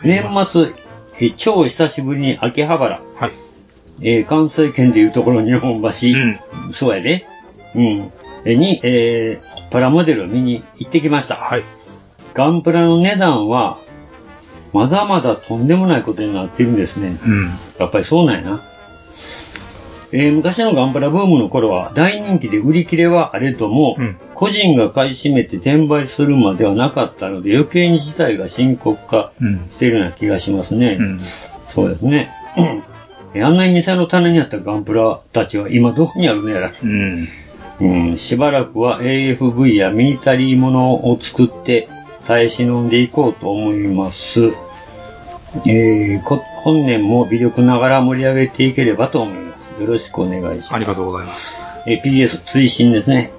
Speaker 7: 年末、えー超久しぶりに秋葉原。えー関西圏でいうところ日本橋。そうやで。うん。えーに、えーパラモデルを見に行ってきました。ガンプラの値段は、まだまだとんでもないことになってるんですね。
Speaker 8: うん。
Speaker 7: やっぱりそうなんやな。えー昔のガンプラブームの頃は大人気で売り切れはあれとも、個人が買い占めて転売するまではなかったので余計に事態が深刻化
Speaker 8: うん。
Speaker 7: しているような気がしますね。
Speaker 8: うん。
Speaker 7: そうですね。えーあんなに店の棚にあったガンプラたちは今どこにあるのやら。
Speaker 8: うん。
Speaker 7: うん、しばらくは AFV やミリタリーものを作って耐え忍んでいこうと思います。えーこ本年も微力ながら盛り上げていければと思います。よろしくお願いします。あ
Speaker 8: りがとうございます。
Speaker 7: えー PS 追伸ですね。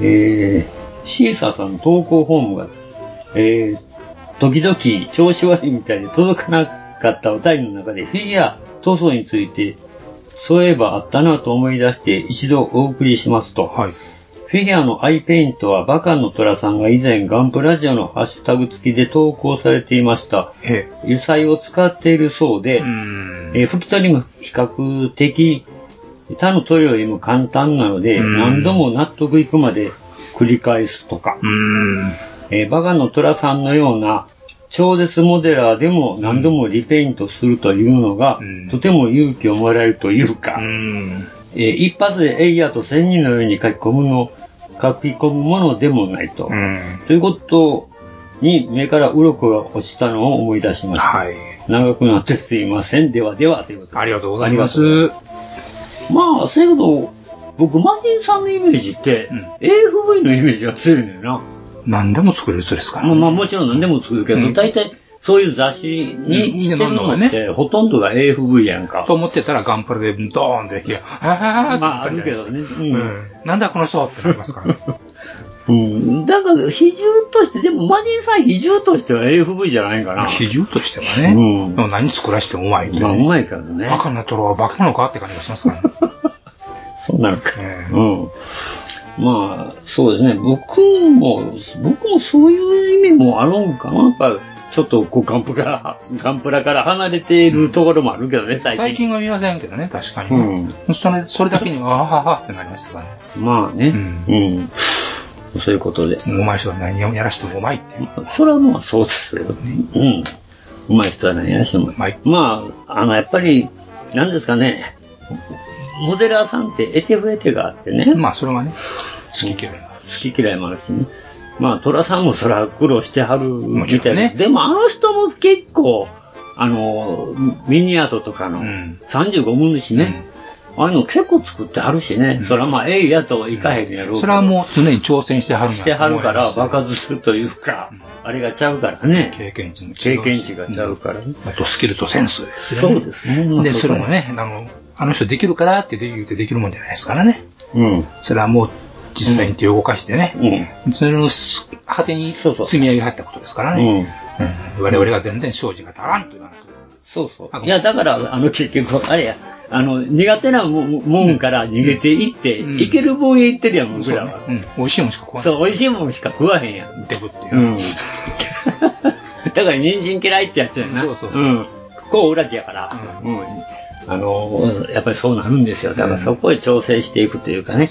Speaker 7: えーシーサーさんの投稿フォームが、えー時々調子悪いみたいで届かなかったお便りの中でフィギュア塗装についてそういえばあったなと思い出して一度お送りしますと。フィギュアのアイペイントはバカの虎さんが以前ガンプラジオのハッシュタグ付きで投稿されていました。油彩を使っているそうで、えー拭き取りも比較的他の塗料よりも簡単なので、
Speaker 8: うん
Speaker 7: 何度も納得いくまで繰り返すとか。えーバカの虎さんのような超絶モデラーでも何度もリペイントするというのが、とても勇気をもらえるというか、えー一発でエイヤーと千人のように書き込むの、書き込むものでもないと。ということに目から鱗が落ちたのを思い出しました。長くなってすいません。ではではということで。ありがとうご
Speaker 8: ざいます
Speaker 7: まあ、せやけど、僕、マジンさんのイメージって、AFV のイメージが強いのよな。
Speaker 8: 何でも作れる人ですから。
Speaker 7: まあ、まあもちろん何でも作るけど、大体そういう雑誌にしてるのって、ほとんどが AFV やんか。
Speaker 8: と思ってたらガンプラでドーンって、いや、あー
Speaker 7: まあ
Speaker 8: ってなったんじゃないですかうん。なんだこの人ってなりますからね。
Speaker 7: うん、だから、比重として、でも、マジンさん比重としては AFV じゃないかな。
Speaker 8: 比重としてはね。
Speaker 7: うん
Speaker 8: でも何作らしてもうまいんでね
Speaker 7: まあ、うまいからね。
Speaker 8: バカなトロはバカなのかって感じがしますからね。
Speaker 7: そうなるか。うん。まあ、そうですね。僕も、僕もそういう意味もあるんかな。やっぱ、ちょっと、こう、ガンプラ、 ガンプラから離れているところもあるけどね、最近。
Speaker 8: 最近は見ませんけどね、確かにね。それそれだけに、わははってなりましたからね。
Speaker 7: まあね。うん。そういうことで。
Speaker 8: うまい人は何をやらしてもうまいっていう。
Speaker 7: それはまあそうですよね。うん。うまい人は何やらしてもうまい。まあ、あの、やっぱり、なんですかね、モデラーさんって得手不得手があってね。
Speaker 8: まあ、それはね、
Speaker 7: 好き嫌い。好き嫌いもあるしね。まあ、寅さんもそら苦労してはるみたいな。
Speaker 8: ね
Speaker 7: でも、あの人も結構、あの、ミニアートとかの35分の1ね、ああいうの結構作ってはるしね、それはまあ、ええやとはいかへんやろうけど
Speaker 8: それはもう常に挑戦してはるん
Speaker 7: し
Speaker 8: だ
Speaker 7: て
Speaker 8: と
Speaker 7: は
Speaker 8: 思
Speaker 7: る
Speaker 8: います
Speaker 7: から、爆発するというか、あれがちゃうからね。経
Speaker 8: 験値も
Speaker 7: 経験値がちゃうからね。
Speaker 8: あとスキルとセンスですよ
Speaker 7: そうですねまあ
Speaker 8: で、
Speaker 7: そ
Speaker 8: そ
Speaker 7: こ
Speaker 8: れもね、あの、あの人できるからって言うてできるもんじゃないですからね。
Speaker 7: うん。
Speaker 8: それはもう実際に手を動かしてね、それのす果てに積み上げ入ったことですからね。うん我々が全然生じが足らんという話です。
Speaker 7: そうそう。いや、だから、あの、結局、あれや、あの、苦手なもんもんから逃げていって、いける分へ行ってるやん、僕らは。
Speaker 8: うん。美味しいもんしか食わ
Speaker 7: そう、美味しいもんしか食わへんやん。
Speaker 8: デブっていう。
Speaker 7: うん。 だから、人参嫌いってやつやな。そうそう。うん。こう裏地やから。うん。あの、やっぱりそうなるんですよ。だからそこへ調整していくというかね。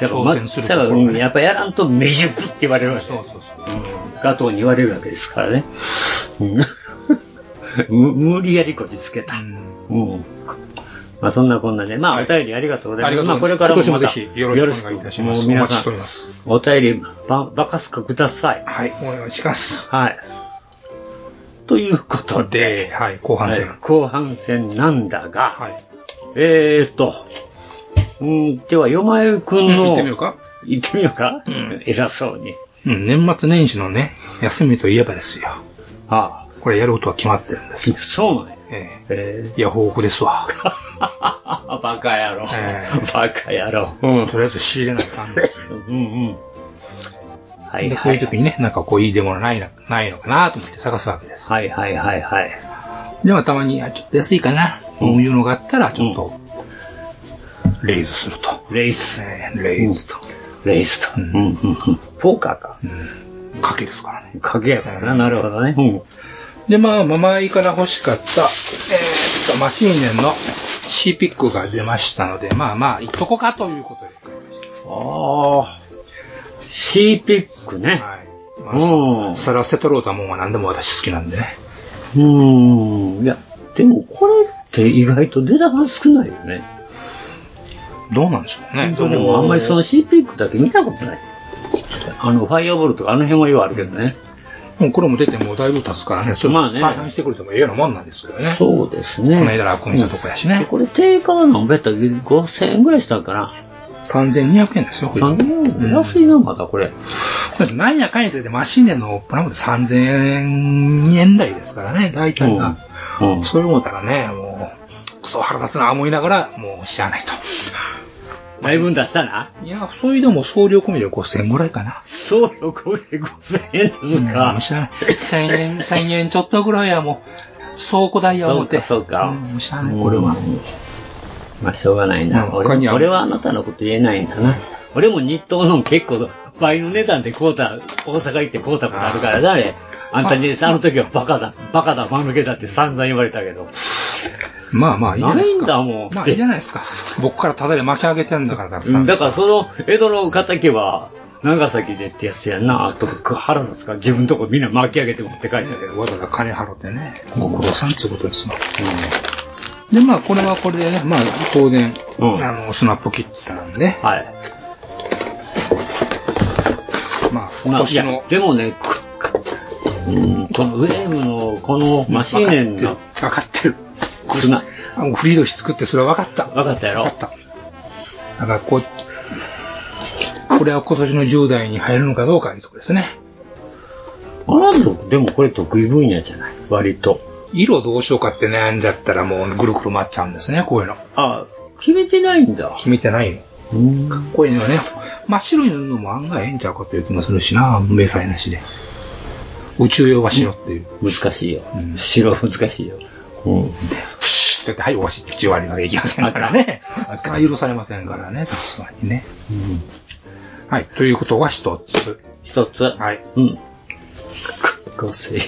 Speaker 7: だから、ま
Speaker 8: 挑戦する
Speaker 7: だからうんやっぱやらんと未熟って言われるわけ。そうそうそう。ガトーに言われるわけですからね。うん 無無理やりこじつけた。うん。まあそんなこんなで、まあお便りありがとうございます。
Speaker 8: ありがとう
Speaker 7: こ
Speaker 8: ござ
Speaker 7: れ
Speaker 8: います
Speaker 7: からも
Speaker 8: 今
Speaker 7: また
Speaker 8: 年もぜひよろしくお願いいたします
Speaker 7: よろくもう皆
Speaker 8: お待ちしてお
Speaker 7: さ
Speaker 8: りま
Speaker 7: ん、お便りば、ばかすかください。
Speaker 8: はい、お願いします。
Speaker 7: はい。ということで、
Speaker 8: はい、後半戦
Speaker 7: 後半戦なんだが、えーと、うんでは、よまゆくん
Speaker 8: うん行
Speaker 7: の、
Speaker 8: ってみようか
Speaker 7: 行ってみようか、偉そうに。
Speaker 8: うん、年末年始のね、休みといえばですよ。
Speaker 7: あ
Speaker 8: これやることは決まってるんです。
Speaker 7: そうなんや。
Speaker 8: え
Speaker 7: え
Speaker 8: いや、豊富ですわ。
Speaker 7: あ、 バカ野郎。
Speaker 8: え
Speaker 7: バカ野郎。
Speaker 8: とりあえず仕入れないとあかんね。
Speaker 7: うんうん。はい
Speaker 8: で、
Speaker 7: はい
Speaker 8: こういう時にね、なんかこういい出物ないなないのかなと思って探すわけです。
Speaker 7: はいはいはいはい。
Speaker 8: で、まあたまに、あちょっと安いかな、こういうのがあったら、ちょっと、レイズすると。
Speaker 7: レイズ。
Speaker 8: レイズと。
Speaker 7: レイズと。うんうんうん。ポーカーか。
Speaker 8: 賭けですからね。
Speaker 7: 賭けやからな、なるほどね。
Speaker 8: で、まあ、ママイから欲しかった、えーっと、マシーネンの C ピックが出ましたので、まあまあ、いっとこかということで。
Speaker 7: ああ。C ピックね。
Speaker 8: はい。まあ、サラセトロータもんは何でも私好きなんでね。
Speaker 7: うーん。いや、でもこれって意外と出玉少ないよね。
Speaker 8: どうなんでしょうね。
Speaker 7: でもあんまりその C ピックだけ見たことない。あの、ファイアボールとかあの辺はようあるけどね。
Speaker 8: もうこれも出てもうだいぶ経つからね、それ
Speaker 7: まあ
Speaker 8: も
Speaker 7: ね
Speaker 8: 再販してくれてもええようなもんなんですけどね。
Speaker 7: そうですね。
Speaker 8: この間楽にしたとこやしね。
Speaker 7: これ定価は何べった5000円ぐらいしたんかな。
Speaker 8: 3200円ですよ、これ。
Speaker 7: 3200円。安いな、まだこれ。
Speaker 8: だってなんやかんや言ってマシーネのプラモで3000円、円台ですからね、大体が。そう思ったらね、もう、クソ腹立つな思いながら、もう知らないと。
Speaker 7: だいぶ出したない
Speaker 8: や、それでも送料込みで5000円ぐらいかな。
Speaker 7: 送料込みで5000円ですか。
Speaker 8: うん知らない。1000円、1000円 ちょっとぐらいはもう、倉庫代や思って。
Speaker 7: そうか、
Speaker 8: そうか。知らない、これは。
Speaker 7: まあ、しょうがないな。
Speaker 8: うん他
Speaker 7: 俺
Speaker 8: には
Speaker 7: 俺はあなたのこと言えないんだな。俺も日東の結構、倍の値段でこうた、大阪行ってこうたことあるからだね。あんたに、あの時はバカだ、バカだ、間抜けだって散々言われたけど。
Speaker 8: まあまあ、いいじゃないですか。
Speaker 7: ないんだもん
Speaker 8: まあ、いいじゃないですか。僕からただで巻き上げてんだから、たくさん。
Speaker 7: だからその、江戸の敵は、長崎でってやつやんな。あと、腹立つから自分のとこみんな巻き上げて持って帰ったけど。
Speaker 8: わざわざ金払ってね。ご苦労さんってことですよ。で、まあ、これはこれでね、まあ、当然、あの、スナップ切ったんで。
Speaker 7: はい。
Speaker 8: まあ、
Speaker 7: ま
Speaker 8: 今
Speaker 7: あ、い
Speaker 8: 年
Speaker 7: や
Speaker 8: の、、
Speaker 7: でもね、うんこのウェーブの、このマシーネンの、
Speaker 8: 分かってる。
Speaker 7: すな。
Speaker 8: あもうフリードし作って、それは分かった。
Speaker 7: 分かったやろ。
Speaker 8: 分かった。だから、こう、これは今年の10代に入るのかどうかいうとこですね。
Speaker 7: あらでもこれ得意分野じゃない割と。
Speaker 8: 色どうしようかって悩んじゃったらもうぐるぐる回っちゃうんですね、こういうの。
Speaker 7: あ決めてないんだ。
Speaker 8: 決めてない
Speaker 7: の。
Speaker 8: かっこいいのよね。真っ白いのも案外ええんちゃうかという気もするしな、迷彩なしで。宇宙用は白っていう。
Speaker 7: 難しいよ。白難しいよ。うん。だ
Speaker 8: って、はい、おわし1割までいきませんからね。それは許されませんからね、さすがにね。はい、ということが一つ。
Speaker 7: 一つ。
Speaker 8: はい。
Speaker 7: うん。五千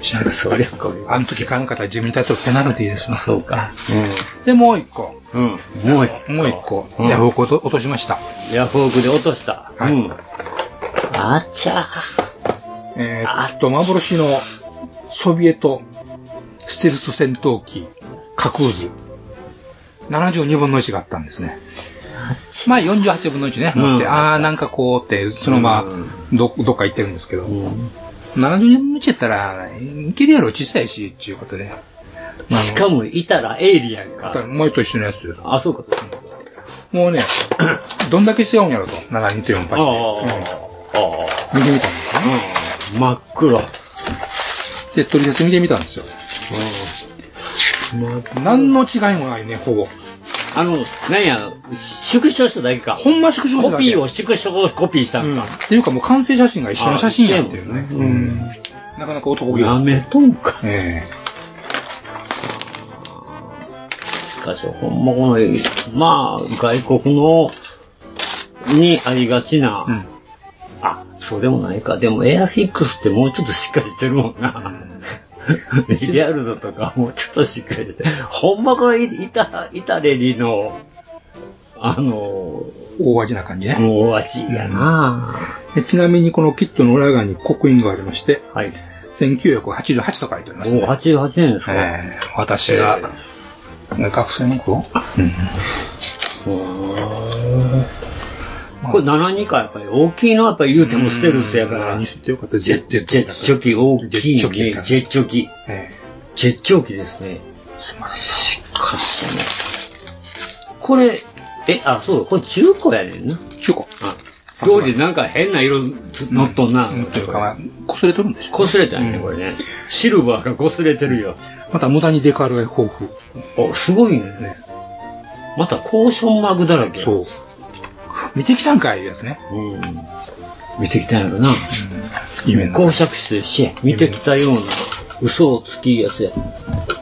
Speaker 8: 知らない。
Speaker 7: そりゃごめん。
Speaker 8: あの時買わなかったら自分に対するペナルティですわ。
Speaker 7: そうか。
Speaker 8: で、もう一個。
Speaker 7: うん。もう一
Speaker 8: 個。もう一個。
Speaker 7: うん
Speaker 8: ヤフオク落と落としました。
Speaker 7: ヤフオクで落とした。
Speaker 8: はい。
Speaker 7: あちゃ
Speaker 8: えーっと、幻のソビエトステルス戦闘機、架空図。72分の1があったんですね。まあ48分の1ね、持って、ああ、なんかこうって、そのままど、どっか行ってるんですけど、 70年無ちやったら、いけるやろ、小さいし、っていうことで。
Speaker 7: しかも、いたらエイリアンか。
Speaker 8: 前と一緒のやつ
Speaker 7: あ、そうか。
Speaker 8: も うね、どんだけ違うんやろと、7、2と4、8で。
Speaker 7: ああ
Speaker 8: うん見てみたんですね。
Speaker 7: 真っ黒。
Speaker 8: で、取り出し見てみたんですよ。何の違いもないね、ほぼ。
Speaker 7: あの、なんや、縮小しただけか。
Speaker 8: ほんま縮小しただけ
Speaker 7: コピーを縮小、コピーしたんか。
Speaker 8: っていうかもう完成写真が一緒の写真やっていうね。うん。なかなか男気
Speaker 7: やめとんか。
Speaker 8: え
Speaker 7: えしかし、ほんまこの、まあ、外国の、にありがちな、あ、そうでもないか。でも、エアフィックスってもうちょっとしっかりしてるもんな。リアルドとかもうちょっとしっかりして。ほんまこのいた、いたレディの、あの、
Speaker 8: 大味な感じね。
Speaker 7: 大味やな
Speaker 8: でちなみにこのキットの裏側に刻印がありまして、
Speaker 7: はい、
Speaker 8: 1988と書いてあります、
Speaker 7: もう88年ですか、
Speaker 8: ええ私が、学生の頃
Speaker 7: これ72か、やっぱり大きいのはやっぱり言うてもステルスやから。
Speaker 8: にしてよかった、ジェット。
Speaker 7: ジェッチョ機大きいね。
Speaker 8: ジ
Speaker 7: ジ
Speaker 8: ェッチョ機
Speaker 7: ェッチョ機。
Speaker 8: え
Speaker 7: ジェッチョ機ですね。しかしね。これ、え、あ、そうだ、これ中古やねんな。
Speaker 8: 中古。
Speaker 7: あ、料理なんか変な色つ乗っとんな。
Speaker 8: というか、まあこすれとるんでしょ。
Speaker 7: 擦れたよね、これね。シルバーが擦れてるよ。
Speaker 8: また無駄にデカールが豊富。
Speaker 7: あ、すごいね。またコーションマグだらけ。
Speaker 8: そう。見てきたんかい、いうやつね。
Speaker 7: うん。見てきたんやろな。公爵室でし、見てきたような嘘をつきやつや。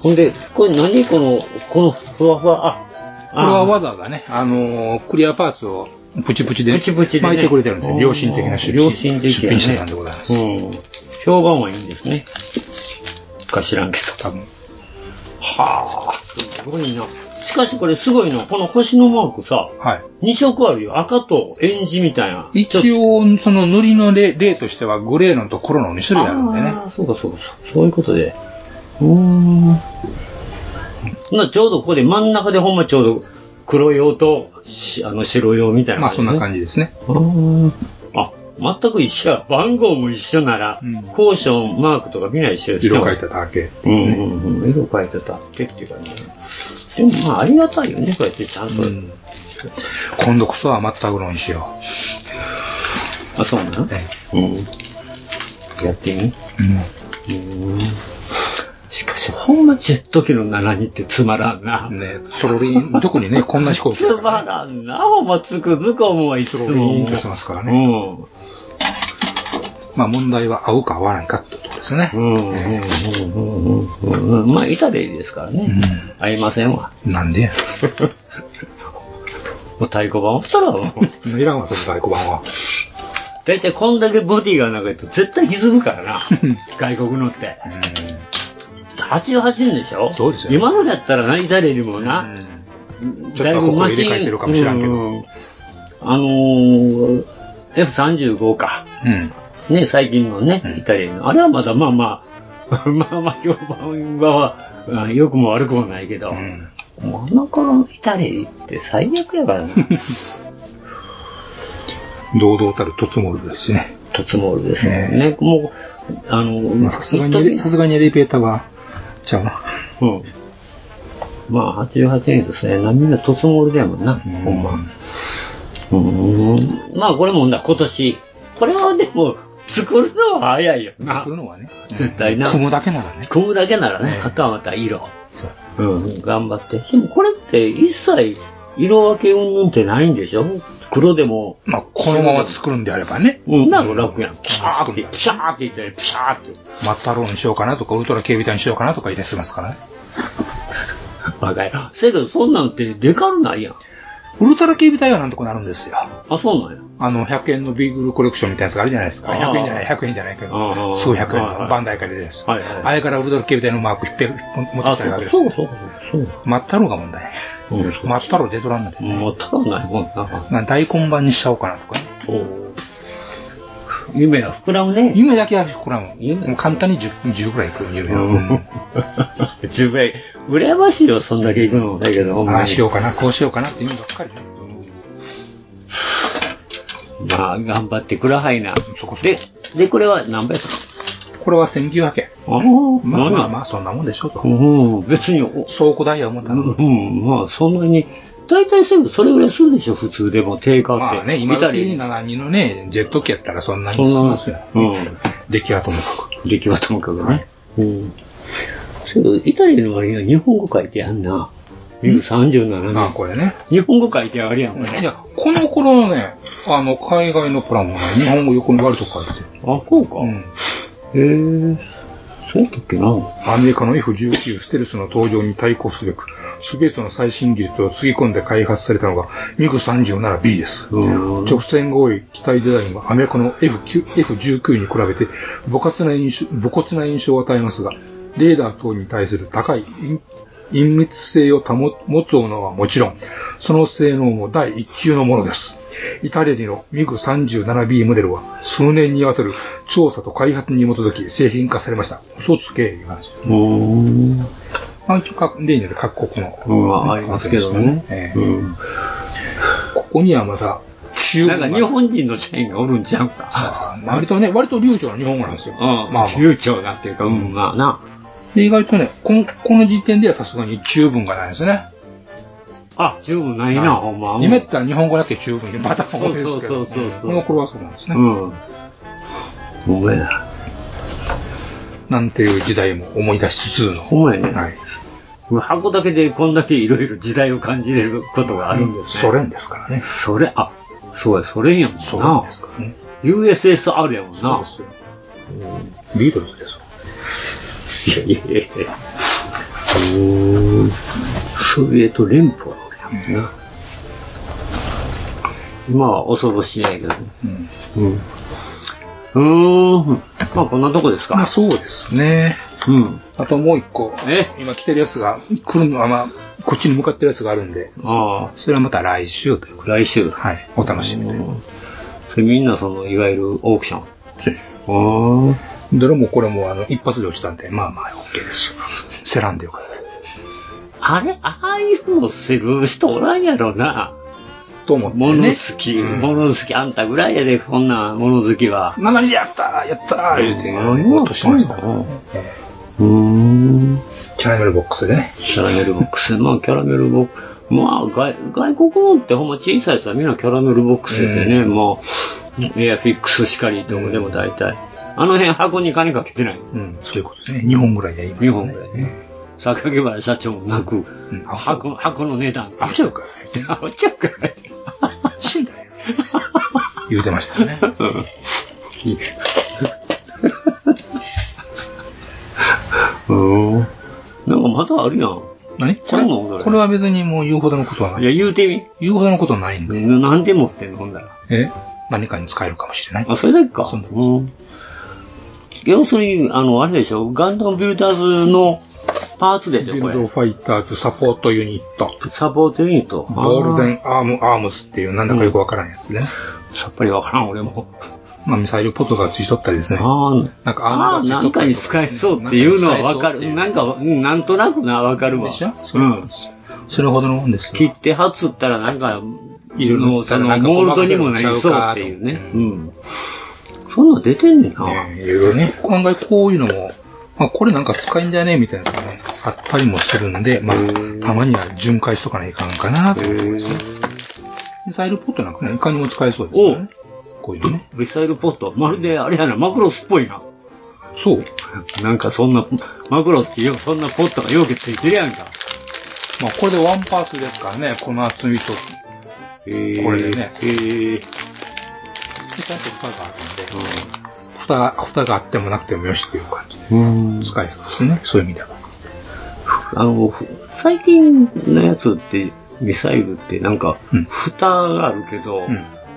Speaker 7: ほんで、これ何この、このふわふわ、あ、
Speaker 8: これはわざわざね、あのークリアパーツをプチプチで
Speaker 7: プチプチでね
Speaker 8: 巻いてくれてるんですよ。良心的な出品。
Speaker 7: 良心的やね
Speaker 8: 出品者さんでございます。
Speaker 7: うん。評判はいいんですね。か知らんけど。
Speaker 8: 多分。
Speaker 7: はあ、すごいな。しかしこれすごいの。この星のマークさ、
Speaker 8: はい。
Speaker 7: 2色あるよ。赤とエンジみたいな。
Speaker 8: 一応、その塗りの例例としては、グレーのと黒の2種類あるんでね。
Speaker 7: そうかそうかそう。そういうことで。うーん。ほなちょうどここで真ん中でほんまちょうど黒用としあの白用みたいな、
Speaker 8: まあ、そんな感じですね。
Speaker 7: あ、全く一緒や。番号も一緒なら、コーションマークとか見ない一緒ですね
Speaker 8: 色変えただけ。
Speaker 7: うんうんうん。色変えてたってっていうかね。でもまあありがたいよね、こうやってちゃんと。
Speaker 8: 今度こそは全くのにしよ
Speaker 7: あ、そうなの、うん。やってみうん。しかし、ほんまジェット機の72ってつまらんな。
Speaker 8: ねそろりん、特 にね、こんな飛行機。
Speaker 7: つまらんな、ほんまつくづく思うわ、いつも。
Speaker 8: う。ピーンとしてますからね。まあ、問題は合うか合わないかってことですね。
Speaker 7: うん、うん、うん、うん、うん。まあ、いたでいいですからね。合いませんわ。
Speaker 8: なんでや。
Speaker 7: もう太鼓判をしたら、もう。
Speaker 8: いらんわ、その太鼓判は。
Speaker 7: だいたいこんだけボディが長いと絶対歪むから な。外国のって。88年でしょそうですよ、今のだったら何誰よりもな。
Speaker 8: ちょっとここ入れ替えてるかもしらんけど
Speaker 7: うんあのー、F35 か。
Speaker 8: うん。
Speaker 7: ね、最近のね、イタリアの。あれはまだまあまあ、 まあまあ評判は、あ良くも悪くもないけど、もうあの頃のイタリアって最悪 やからな。
Speaker 8: 堂々たるトツモールですしね。
Speaker 7: トツモールですね。ね、もう、あの、
Speaker 8: まあさすがに、さすがにエレベーターは、ちゃうな。
Speaker 7: うん。まあ、88年ですね。なみんなとつもりだもんな、ほんま。うん。まあ、これもな、今年。これはでも、作るのは早いよな。作る
Speaker 8: のはね。
Speaker 7: 絶対な。
Speaker 8: 組むだけならね。
Speaker 7: 組むだけならね。あとはまた色。うん、頑張って。でもこれって一切色分けうんぬんってないんでしょ黒でも。
Speaker 8: まあ、このまま作るんであればね。
Speaker 7: うん、なんか楽やん。ピシャーって、ピシャーって言ったら、ピシャーって。
Speaker 8: マッタローにしようかなとか、ウルトラ警備隊にしようかなとか言い出しますからね。
Speaker 7: バカや。せやけど、そんなんってデカルないやん。
Speaker 8: ウルトラ警備隊はなんとかなるんですよ。
Speaker 7: あ、そうなんや。
Speaker 8: あの、100円のビーグルコレクションみたいなやつがあるじゃないですか。
Speaker 7: あー
Speaker 8: 100円じゃない、100円じゃないけ
Speaker 7: あー
Speaker 8: ど、数百円
Speaker 7: はいは
Speaker 8: の
Speaker 7: い
Speaker 8: バンダイから出てるんです。
Speaker 7: はいはい
Speaker 8: あれからウルトラ警備隊のマーク、ひっぺん持ってきたわけです。
Speaker 7: そうそうそう。
Speaker 8: マッタローが問題。
Speaker 7: うん、
Speaker 8: マッタロー出とらんので。
Speaker 7: もう足らないもんな。
Speaker 8: なんか大根版にしちゃおうかなとかね。
Speaker 7: 夢は膨らむね。
Speaker 8: 夢だけは膨らむ。もう簡単に 10, 10くらいいく、夢は。うん
Speaker 7: 十倍。羨ましいよ、そんだけ行くの。だけど、ほん
Speaker 8: あ
Speaker 7: ま
Speaker 8: あ
Speaker 7: に
Speaker 8: し。ようかな、こうしようかなっていうのばっかりね。
Speaker 7: まあ、頑張ってくらはいな。で、で、これは何倍やった
Speaker 8: これは1900円。まあまあまあ、そんなもんでしょうと。
Speaker 7: うん、別に。
Speaker 8: 倉庫代や思った
Speaker 7: の。うん、まあ、そんなに。大体全部それぐらいするでしょ、普通でも、定価って。
Speaker 8: まあね、今
Speaker 7: 見た
Speaker 8: 時
Speaker 7: り。
Speaker 8: 72のね、ジェット機やったらそんなに
Speaker 7: そ
Speaker 8: し
Speaker 7: んな
Speaker 8: ますよ。
Speaker 7: うん。
Speaker 8: 出来はともか
Speaker 7: く。出来はともかくね。うん。けど、イタリアの割には日本語書いてやんな。37年。
Speaker 8: あ、これね。
Speaker 7: 日本語書いてあるやん、これ。
Speaker 8: いや、この頃のね、あの、海外のプラモが日本語横に割と書いてる。
Speaker 7: あ、そうか。
Speaker 8: うん。
Speaker 7: へえ。そうだっけな。
Speaker 8: アメリカの F19 ステルスの登場に対抗すべく、すべての最新技術をつぎ込んで開発されたのがミグ 37B です。直線が多い機体デザインはアメリカの F9 F19 に比べて母骨な印象母骨な印象を与えますが、レーダー等に対する高い隠隠密性を保持つものはもちろん、その性能も第一級のものです。イタリアのミグ 37B モデルは数年にわたる調査と開発に基づき製品化されました。そうつけ、いう話。
Speaker 7: うん。
Speaker 8: まあ、一応か、例によって各国の。
Speaker 7: うんありますけどね
Speaker 8: ええ
Speaker 7: うん
Speaker 8: ここにはまた、
Speaker 7: なんか日本人の社員がおるんちゃうか。
Speaker 8: 割とね、割と流暢な日本語なんですよ。
Speaker 7: うん、まあ、流暢なっていうか、うん、まあな。
Speaker 8: で、意外とね、この、この時点ではさすがに中文がないんですね。
Speaker 7: あ、十分ないな、ほんま。
Speaker 8: 夢ったら日本語だけ中文にまた
Speaker 7: そう
Speaker 8: で
Speaker 7: そ
Speaker 8: す
Speaker 7: う
Speaker 8: け
Speaker 7: そ
Speaker 8: ど。
Speaker 7: うそうそう。
Speaker 8: この頃はそうなんですね。
Speaker 7: うん。ごめん。
Speaker 8: なんていう時代も思い出しつつの。
Speaker 7: ほんまやね。
Speaker 8: はい。
Speaker 7: 箱だけでこんだけいろいろ時代を感じれることがあるんですね。
Speaker 8: ソ連ですからね。
Speaker 7: それ、あ、そうや、それやもんな。
Speaker 8: ソ連ですからね。
Speaker 7: USSR やもんな。
Speaker 8: そうですよ。ビートルズですよ。
Speaker 7: いやいやいやいや。うん。ソビエト連邦やもんな。今は恐ろしいんやけどね。うん。うーん。まあ、こんなとこですか。
Speaker 8: まあそうですね。
Speaker 7: うん。
Speaker 8: あともう一個、
Speaker 7: え
Speaker 8: 今来てるやつが、来るのはまあ、こっちに向かってるやつがあるんで、
Speaker 7: ああ。
Speaker 8: それはまた来週という
Speaker 7: 来週。
Speaker 8: はい。お楽しみで。
Speaker 7: それみんなその、いわゆるオークション。
Speaker 8: そうです
Speaker 7: あ
Speaker 8: どれもこれもあの一発で落ちたんで、まあまあ OK ですよ。 セランでよかったです。
Speaker 7: あ。あれ、ああいうのする人おらんやろな。
Speaker 8: と思って、ね。
Speaker 7: 物好き、物好き、あんたぐらいやで、こんな物好きは。
Speaker 8: なのにやったーやったー言うて、
Speaker 7: 落としました。うーん。
Speaker 8: キャラメルボックスでね。
Speaker 7: キャラメルボックス。まあ、キャラメルボックス。まあ、外外国のってほんま小さいやつはみんなキャラメルボックスですよね。もう、エアフィックスしかり、どこでも大体。あの辺箱に金かけてない。
Speaker 8: うん、そういうことですね。2本ぐらいやりますね。
Speaker 7: 2本ぐらいね。榊原社長もなく、箱箱の値段。
Speaker 8: あっちゃうか
Speaker 7: あっちゃうかい。
Speaker 8: 死んだよ。言うてました ね。
Speaker 7: うん。なんかまだあるやん。
Speaker 8: 何これこれは別にもう言うほどのことはない
Speaker 7: い。や、言うてみ。
Speaker 8: 言うほどのことはないんで。
Speaker 7: 何で持ってんのほんだら。
Speaker 8: え何かに使えるかもしれない。
Speaker 7: あ、それだけか。うん。要するに、あの、あれでしょ、ガンダムビルダーズのパーツでし
Speaker 8: ビ
Speaker 7: ょ、
Speaker 8: ル
Speaker 7: これ。
Speaker 8: ドファイターズサポートユニット。
Speaker 7: サポートユニット。
Speaker 8: ゴールデンアームアームスっていうなんだかよくわからんやつでね。
Speaker 7: さっぱりわからん、俺も。
Speaker 8: まあミサイルポットがついとったりですね。なんか
Speaker 7: あ
Speaker 8: アー
Speaker 7: あ、
Speaker 8: ムが
Speaker 7: なんかに使えそうっていうのはわかる。なんか、うんなんとなくな、わかるわ。でしょうん。
Speaker 8: それほどのもんです。
Speaker 7: 切ってはつったらなんか、
Speaker 8: いろいろ
Speaker 7: もうその
Speaker 8: なんか
Speaker 7: モールドにもなりそうっていうね。うん。そんな出てんねんな。
Speaker 8: いろいろね。案外こういうのも、まあこれなんか使えんじゃねえみたいなのがね、あったりもするんで、まあ、たまには巡回しとかないかんかなと思いますね。ミサイルポットなんかね、いかにも使えそうですよね。こういうのね。
Speaker 7: ミサイルポット。まるであれやな、マクロスっぽいな。
Speaker 8: そう
Speaker 7: なんかそんな、マクロスってよ、そんなポットがよくついてるやんか。
Speaker 8: まあこれでワンパーツですからね、この厚みと。
Speaker 7: えー、
Speaker 8: これでね。
Speaker 7: えー、
Speaker 8: でちゃんと蓋があるんで、蓋が、蓋があってもなくてもよしっていう感じ
Speaker 7: で。
Speaker 8: 使えそうですね。そういう意味では。
Speaker 7: あの、ふ最近のやつって、ミサイルってなんか、蓋があるけど、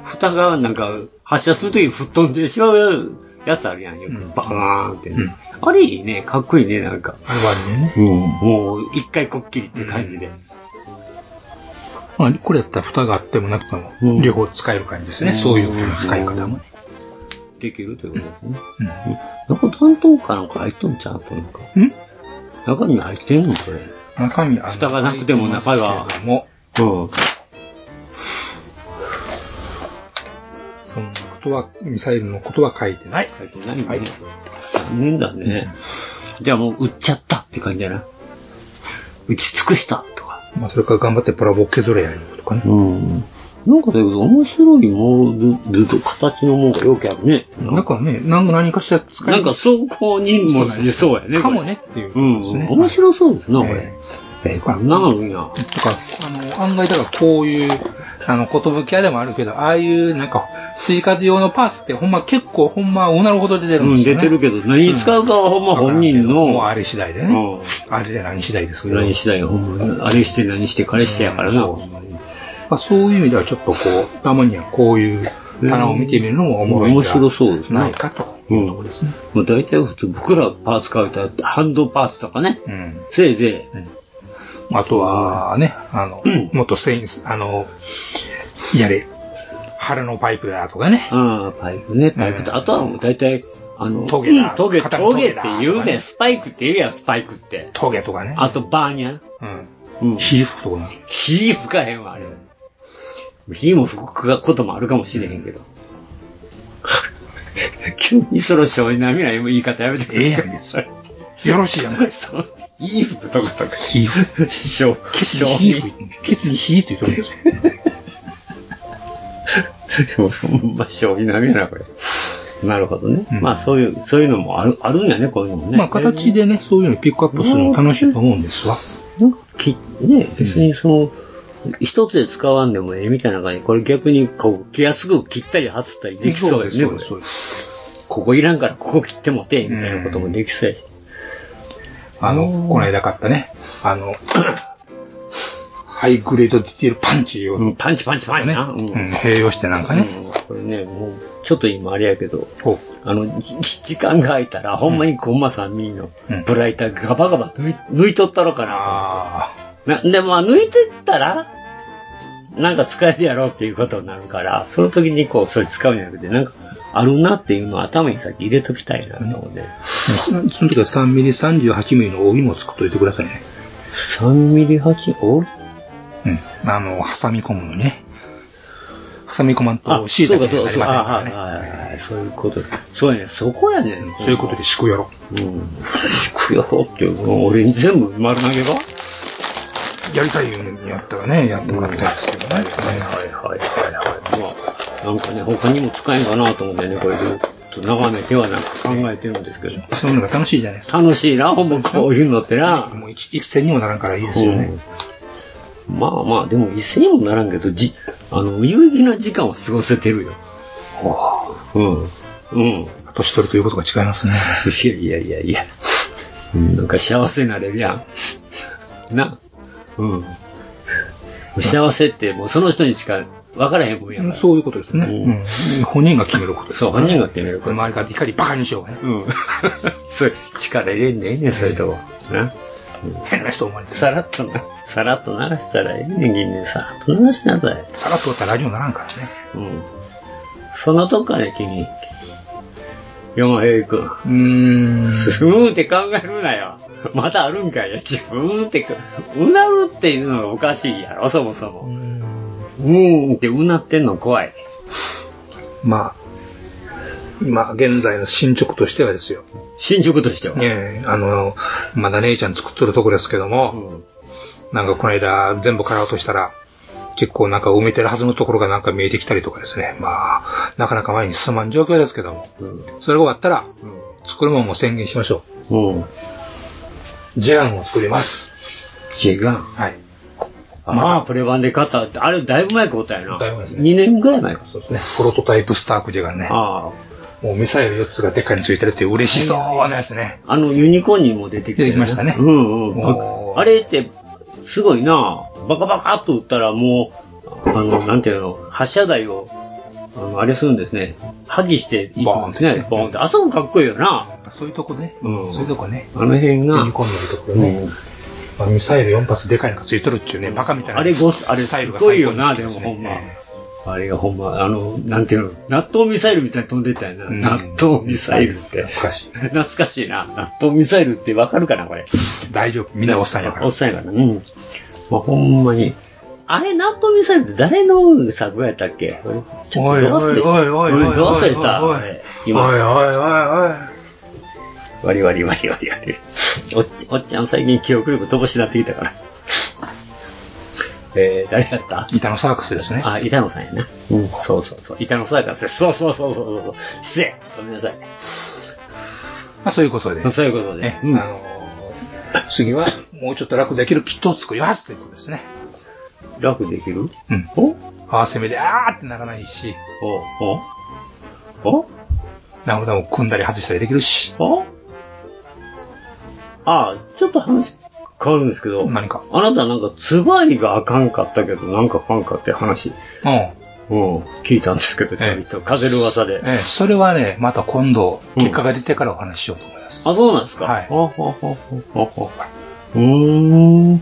Speaker 7: 蓋がなんか、発射するときに吹っ飛んでしまうやつあるやんよ。バーンってね、あれいいね、かっこいいね、なんか。
Speaker 8: あれはね。
Speaker 7: もう、一回こっきりって感じで。
Speaker 8: まあ、これやったら蓋があってもなくても、両方使える感じですね。
Speaker 7: うん
Speaker 8: そういう使い方もね。
Speaker 7: できるということですね。なんか担当かなんか入っとんちゃうとなんか。
Speaker 8: ん
Speaker 7: 中身入ってんのそれ。
Speaker 8: 中身、
Speaker 7: 蓋がなくても中が。
Speaker 8: も
Speaker 7: うん。
Speaker 8: そんなことは、ミサイルのことは書いてない。
Speaker 7: 書いてないね
Speaker 8: はい。
Speaker 7: 残念だね。じゃあもう売っちゃったって感じじゃない打ち尽くしたとか。
Speaker 8: まあ、それから頑張ってプラボを削れやいうことかね。
Speaker 7: うん。なんかだけど、面白いモールドと形のもんがよくあるね。
Speaker 8: なんかね、なんか何かしたら使え
Speaker 7: なんか走行にもそうやね。
Speaker 8: かも
Speaker 7: これ
Speaker 8: ねっていう。
Speaker 7: うん。面白そうですな、これ。え、こんなのあるんや。
Speaker 8: とか、あの、案外だからこういう、あの、ことぶき屋でもあるけど、ああいうなんか、生活用のパーツってほんま結構ほんまおなるほど出てるん
Speaker 7: う
Speaker 8: で
Speaker 7: ん、
Speaker 8: すよ
Speaker 7: 出
Speaker 8: ね。
Speaker 7: てるけど、何に使うかはほんま本人の。
Speaker 8: もうあれ次第でね。あれで何次第ですけど。
Speaker 7: 何次第ほんまにあれして何して彼してやからな、ほんまに。
Speaker 8: まあ、そういう意味ではちょっとこう、たまにはこういう棚を見てみるのもおもろいん
Speaker 7: 面
Speaker 8: じゃ
Speaker 7: 白そうですね。
Speaker 8: ないかと。
Speaker 7: うん。もう大体普通、僕らパーツ買うと、ハンドパーツとかね。
Speaker 8: うん。
Speaker 7: せいぜ
Speaker 8: あとはね、あの、元セインス、あの、やれ、春のパイプだとかね。
Speaker 7: い。ああ、パイプね、パイプと。あとはもう大体、あの、
Speaker 8: トゲだ
Speaker 7: うんトゲ、
Speaker 8: 肩の
Speaker 7: ト
Speaker 8: ト
Speaker 7: ゲ
Speaker 8: ゲ
Speaker 7: って
Speaker 8: だ
Speaker 7: 言うねん。スパイクって言うやん、スパイクって。
Speaker 8: トゲとかね。
Speaker 7: あと、バーニャ。
Speaker 8: うん。火吹くとかな。
Speaker 7: 火吹かへんわ、あれ。火も吹くこともあるかもしれへん けど。急にその少年並みな言い方やめてくれ。ええやん
Speaker 8: よろしいやんか。
Speaker 7: そう。いい服とかとか。いい服。少
Speaker 8: に火吹いケツに火って言ってるんですよ。
Speaker 7: もうほんま将棋並みやな、これ。なるほどね。まあそういう、そういうのもある、あるんやね、こういうのもね。
Speaker 8: まあ、形でね、そういうのピックアップするの楽しいと思うんですわ。
Speaker 7: なんかき、ね、別にその、一つで使わんでもええみたいな感じ。これ逆に、こう、気安く切ったり外ったりできそうやね。
Speaker 8: そうです
Speaker 7: これここいらんからここ切ってもて、みたいなこともできそうやし。
Speaker 8: あの、この間買ったね、あ の、ハイグレードディテールパンチを、
Speaker 7: パンチパンチパンチな。うん
Speaker 8: うん併用してなんかね。
Speaker 7: うんこれね、もう、ちょっと今あれやけど、あの、じ時間が空いたら、ほんまにコンマ3ミリのブライターガバガバ抜い抜いとったろかなと。なでも、まあ抜いてったら、なんか使えるやろうっていうことになるから、その時にこう、それ使うんじゃなくて、なんか、あるなっていうのを頭に先入れときたいなと思って。
Speaker 8: その時は3ミリ、38ミリの帯も作っといてくださいね。
Speaker 7: 3ミリ8、帯
Speaker 8: うん。あの、挟み込むのにね。挟み込まん
Speaker 7: あ、
Speaker 8: と、シー
Speaker 7: そう
Speaker 8: ト
Speaker 7: か
Speaker 8: が
Speaker 7: そう
Speaker 8: 出
Speaker 7: か
Speaker 8: て
Speaker 7: そう
Speaker 8: ま
Speaker 7: か。
Speaker 8: せん
Speaker 7: あ
Speaker 8: か
Speaker 7: あ
Speaker 8: らね。
Speaker 7: はいはいはいそういうこと。そうやね、そこやねん。
Speaker 8: そういうことで、しくやろ。
Speaker 7: うん。しくやろっていう、俺に全部丸投げが
Speaker 8: やりたいようにやったらね、やってもらったんですけどね。
Speaker 7: はいはいはいはい。まあ、なんかね、他にも使えんかなと思ってね、これずっと眺めてはなく考えてるんですけど。
Speaker 8: そういうのが楽しいじゃないです
Speaker 7: 楽しいな、ほんまこういうのってな。
Speaker 8: もう一一銭にもならんからいいですよね。
Speaker 7: うんまあまあ、でも一斉にもならんけど、じ、あの、有意義な時間は過ごせてるよ。うん。うん。
Speaker 8: 年取るということが違いますね。
Speaker 7: いやいやいやいや。うんなんか幸せになれるやん。な。うん。幸せってもうその人にしか分からへんもんやから。
Speaker 8: そういうことですね。うん本人が決めることです。
Speaker 7: そう、本人が決めるから。
Speaker 8: 周りから怒りバカにしようね。
Speaker 7: うん。 そういう力入れんでええねん、そういうとこ。な。
Speaker 8: 変な人思われてる
Speaker 7: さらっとな、さらっと流したらええねん、君さらっと流しなさい。
Speaker 8: さらっと終わったらラジオにならんからね。
Speaker 7: うん。そのとこかね、君。山平君。
Speaker 8: うーん。
Speaker 7: うーんって考えるなよ。 またあるんかいや、自分ってか、うなるっていうのがおかしいやろ、そもそも。うーんってうなってんの怖い。
Speaker 8: まあ、今、現在の進捗としてはですよ。
Speaker 7: 進捗としては
Speaker 8: ええあの、まだ姉ちゃん作っとるとこですけども、なんかこの間全部から落としたら、結構なんか埋めてるはずのところがなんか見えてきたりとかですね。まあ、なかなか前に進まん状況ですけども、それが終わったら、作るもんも宣言しましょ
Speaker 7: う。うん。
Speaker 8: ジェガンを作ります。
Speaker 7: ジェガン
Speaker 8: はい。
Speaker 7: まあ、プレ版で買ったって、あれだいぶ前ことやな。だいぶ
Speaker 8: 前
Speaker 7: 2年ぐらい前か。
Speaker 8: そうですね。プロトタイプスタークジェガンね。
Speaker 7: あ
Speaker 8: もうミサイル4つがでっかいについてるって嬉しそうなやつね。
Speaker 7: あの、ユニコーンにも出てきて、
Speaker 8: 出てきましたね
Speaker 7: うんうん。ああれって、すごいなバカバカっと打ったらもう、あの、なんていうの、発射台を、あの、あれするんですね。破棄していくんですね。ボーンって。あそこかっこいいよな。
Speaker 8: そういうとこね。
Speaker 7: うん。
Speaker 8: そういうとこね。
Speaker 7: あの辺が
Speaker 8: ユニコーンのいるところね。まあ、ミサイル4発でかいのがついとるっちゅうね、バカみたいな。
Speaker 7: あれご、あれ
Speaker 8: スタイ
Speaker 7: す
Speaker 8: ルが
Speaker 7: ごい
Speaker 8: 最
Speaker 7: よ
Speaker 8: 高に
Speaker 7: な、
Speaker 8: 好き
Speaker 7: でも
Speaker 8: す
Speaker 7: ほん
Speaker 8: ね。
Speaker 7: ま。あれがほんま、あの、なんていうの、納豆ミサイルみたいに飛んでったよな。納豆ミサイルって。懐
Speaker 8: かしい。
Speaker 7: 懐かしいな。納豆ミサイルってわかるかな、これ。
Speaker 8: 大丈夫。みんなおっさんやから。
Speaker 7: おっさんやから。うん。まあ、ほんまに。あれ、納豆ミサイルって誰の作画やったっけ俺ちょっと
Speaker 5: おいおいおいおいおいおいおい
Speaker 7: どうせした
Speaker 5: おいおい
Speaker 7: 俺どうせしたあれ今。
Speaker 5: おいおいおいおい。
Speaker 7: わりわりわりわりわり。おっちおっちゃん最近記憶力乏しになってきたから。えー、誰だった
Speaker 8: 板野サーカスですね。
Speaker 7: あ、板野さんやな。うん、そうそうそう。板野サーカスです。そうそうそうそうそう。失礼。ごめんなさい。
Speaker 8: まあそういうことで。
Speaker 7: そういうことで。
Speaker 8: ねあのー次は、もうちょっと楽できるキットを作りますということですね。
Speaker 7: 楽できる
Speaker 8: うん。
Speaker 7: お
Speaker 8: 合わせ目で、あーってならないし、
Speaker 7: おおお
Speaker 8: 名札を組んだり外したりできるし。
Speaker 7: おあ、ちょっと話変わるんですけど。
Speaker 8: 何か。
Speaker 7: あなたなんか、つばいがあかんかったけど、なんかあかんかって話。
Speaker 8: うん。
Speaker 7: うん、聞いたんですけど、ちょびっと、風の噂で。
Speaker 8: ええ、それはね、また今度、結果が出てからお話ししようと思います。
Speaker 7: あ、そうなんですか
Speaker 8: はい
Speaker 7: あほほほほほうーん。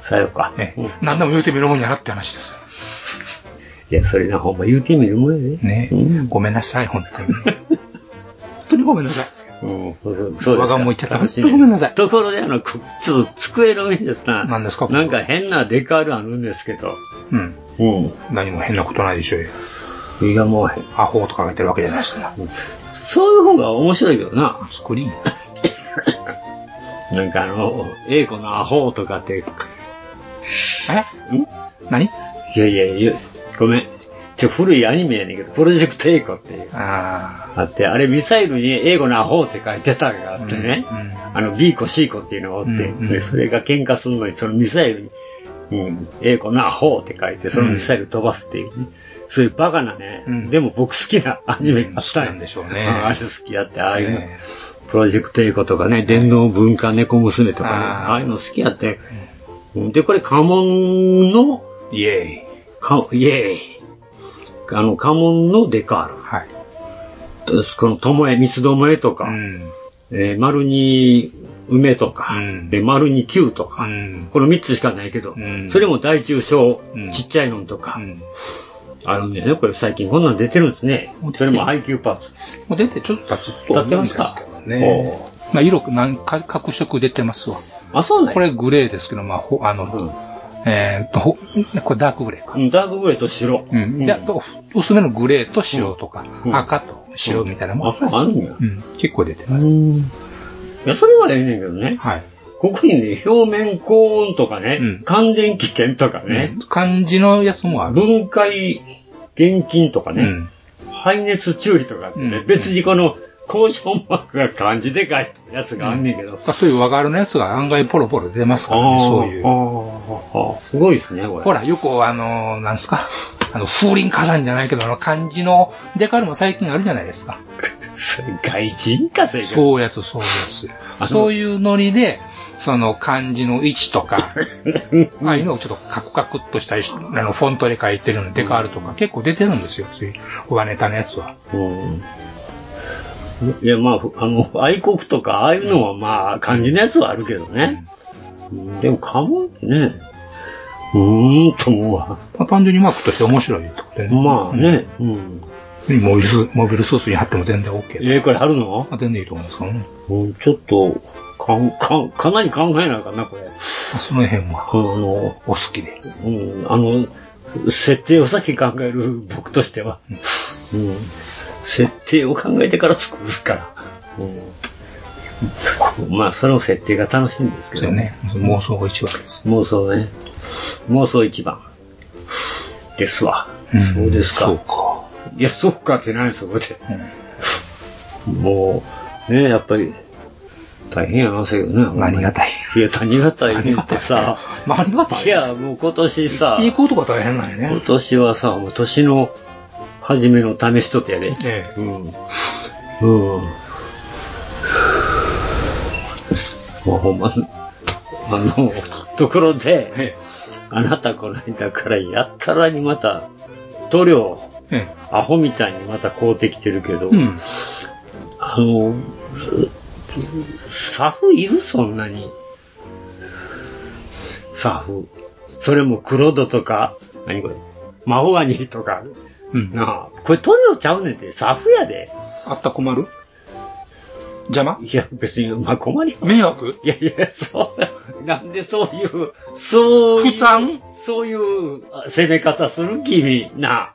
Speaker 7: さようか。
Speaker 8: ええ、何でも言うてみるもんやなって話です。
Speaker 7: いや、それな、ほんま言うてみるもんやね。
Speaker 8: ね、ごめんなさい、本当に。 本当にごめんなさい。
Speaker 7: うん、そうそうです
Speaker 8: わ
Speaker 7: か。
Speaker 8: がまま言っちゃった
Speaker 7: 楽しいね
Speaker 8: 本当ごめんなさい
Speaker 7: ところで、あの、こちょっと机の上にですな。
Speaker 8: 何ですか
Speaker 7: なんか変なデカールあるんですけど。
Speaker 8: うん。
Speaker 7: うん。
Speaker 8: 何も変なことないでしょうよ。
Speaker 7: いや、もう、
Speaker 8: アホとか書いてるわけじゃないしな。
Speaker 7: そういう方が面白いけどな。
Speaker 8: スクリーン。
Speaker 7: なんかあの、英子のアホとかって。
Speaker 8: えん何い
Speaker 7: やいやいや、ごめん。ちょ、古いアニメやねんけど、プロジェクト英子っていう。
Speaker 8: あ
Speaker 7: あって、あれミサイルに英語のアホって書いてたのがあってね、あの B 子 C 子っていうのがおって、
Speaker 8: うんうん
Speaker 7: でそれが喧嘩するのにそのミサイルに、うん、英語のアホって書いて、そのミサイル飛ばすっていうね、そういうバカなね、でも僕好きなアニメがあったんでしょう
Speaker 8: ね
Speaker 7: あれ好きだって、ああいうの、プロジェクト英語とかね、電脳文化猫娘とかね、ああいうの好きやって、うんで、これ家紋の、
Speaker 8: イエーイ。
Speaker 7: かイエーイ。あの、家紋のデカール。
Speaker 8: はい。
Speaker 7: この、ともえ、三つどもえとか、えー丸に梅とか、で丸に九とか、この三つしかないけど、それも大中小、ちっちゃいのとか、あるんだよね。これ最近こんなん出てるんですね。それも IQ パーツ。
Speaker 8: もう出てちょっと経つと
Speaker 7: 立
Speaker 8: 思
Speaker 7: っ
Speaker 8: う
Speaker 7: て
Speaker 8: ん
Speaker 7: ま
Speaker 8: ですす
Speaker 7: か
Speaker 8: けどね。まあ、色、なんか、各色出てますわ。
Speaker 7: あ、そうなんや
Speaker 8: これグレーですけど、まあ、ほあの、えーっと、ほこれダークグレーか。
Speaker 7: うんダークグレーと白。
Speaker 8: うん。で、あと、薄めのグレーと白とか、赤と白みたいなもん
Speaker 7: あそうあるんや
Speaker 8: うん。結構出てます。
Speaker 7: いや、それはええねんけどね。
Speaker 8: はい。
Speaker 7: ここにね、表面高音とかね、乾電気圏とかね、
Speaker 8: 漢字のやつもある。
Speaker 7: 分解厳禁とかね、排熱注意とかってね、別にこの交渉膜が漢字で書いてるやつがあんねんけど、
Speaker 8: そういう和柄のやつが案外ポロポロ出ますからね、
Speaker 7: あー
Speaker 8: そういう。
Speaker 7: すごいですね、これ。
Speaker 8: ほら、よくあの、なんすか、あの、風林火山じゃないけど、あの、漢字のデカールも最近あるじゃないですか。
Speaker 7: それ外人か、それ
Speaker 8: そういうやつ、そういうやつ。そういうノリで、その漢字の位置と か、ああいうのをちょっとカクカクっとしたりしあの、フォントで書いてるの、デカールとか、結構出てるんですよ、そういう、上ネタのやつは。
Speaker 7: うんいや、まあ、ふあの、愛国とか、ああいうのはまあ、漢字のやつはあるけどね。うんでも、家紋ってね、うーんと思うわ。
Speaker 8: まあ、単純にマークとして面白いってことでね。
Speaker 7: まあね、うん。
Speaker 8: モビルスモビルスーツに貼っても全然 OK。
Speaker 7: ええ、これ貼るの
Speaker 8: 貼ってんでいいと思うんですけどね。
Speaker 7: うんちょっと、かん、かん、かなり考えなあかんな、これ。
Speaker 8: その辺は、
Speaker 7: あの、
Speaker 8: お好きで。
Speaker 7: うん、あの、設定を先考える僕としては、うん、設定を考えてから作るから、うん、まあ、その設定が楽しいんですけどね。
Speaker 8: 妄想が一番です。
Speaker 7: 妄想ね。妄想一番。ですわ。そうですか。そう
Speaker 8: か。
Speaker 7: いや、そうかってないですよ、これ。もう、ねやっぱり、大変やな、せよね。何が
Speaker 8: 大
Speaker 7: 変いや、何が大変ってさ、
Speaker 8: 何が大
Speaker 7: 変いや、もう今年さ、
Speaker 8: 行くことが大変なんやね。
Speaker 7: 今年はさ、もう年の初めの試しとってやで。
Speaker 8: ええ。
Speaker 7: うん。うん。もうほんま、あの、ところで、あなたこの間からやったらにまた、塗料、
Speaker 8: え
Speaker 7: アホみたいにまた買うてきてるけど、
Speaker 8: うん。
Speaker 7: あの、サフいるそんなに。サフ。それも黒戸とか、何これ、マホガニとか。
Speaker 8: うん。
Speaker 7: なあ、これ塗料ちゃうねんて、サフやで。
Speaker 8: あった困る邪魔
Speaker 7: いや、別に、まあ困り
Speaker 8: 迷惑
Speaker 7: いやいや、そう、なんでそういう、そういう、負担そういうあ攻め方する君、なあ。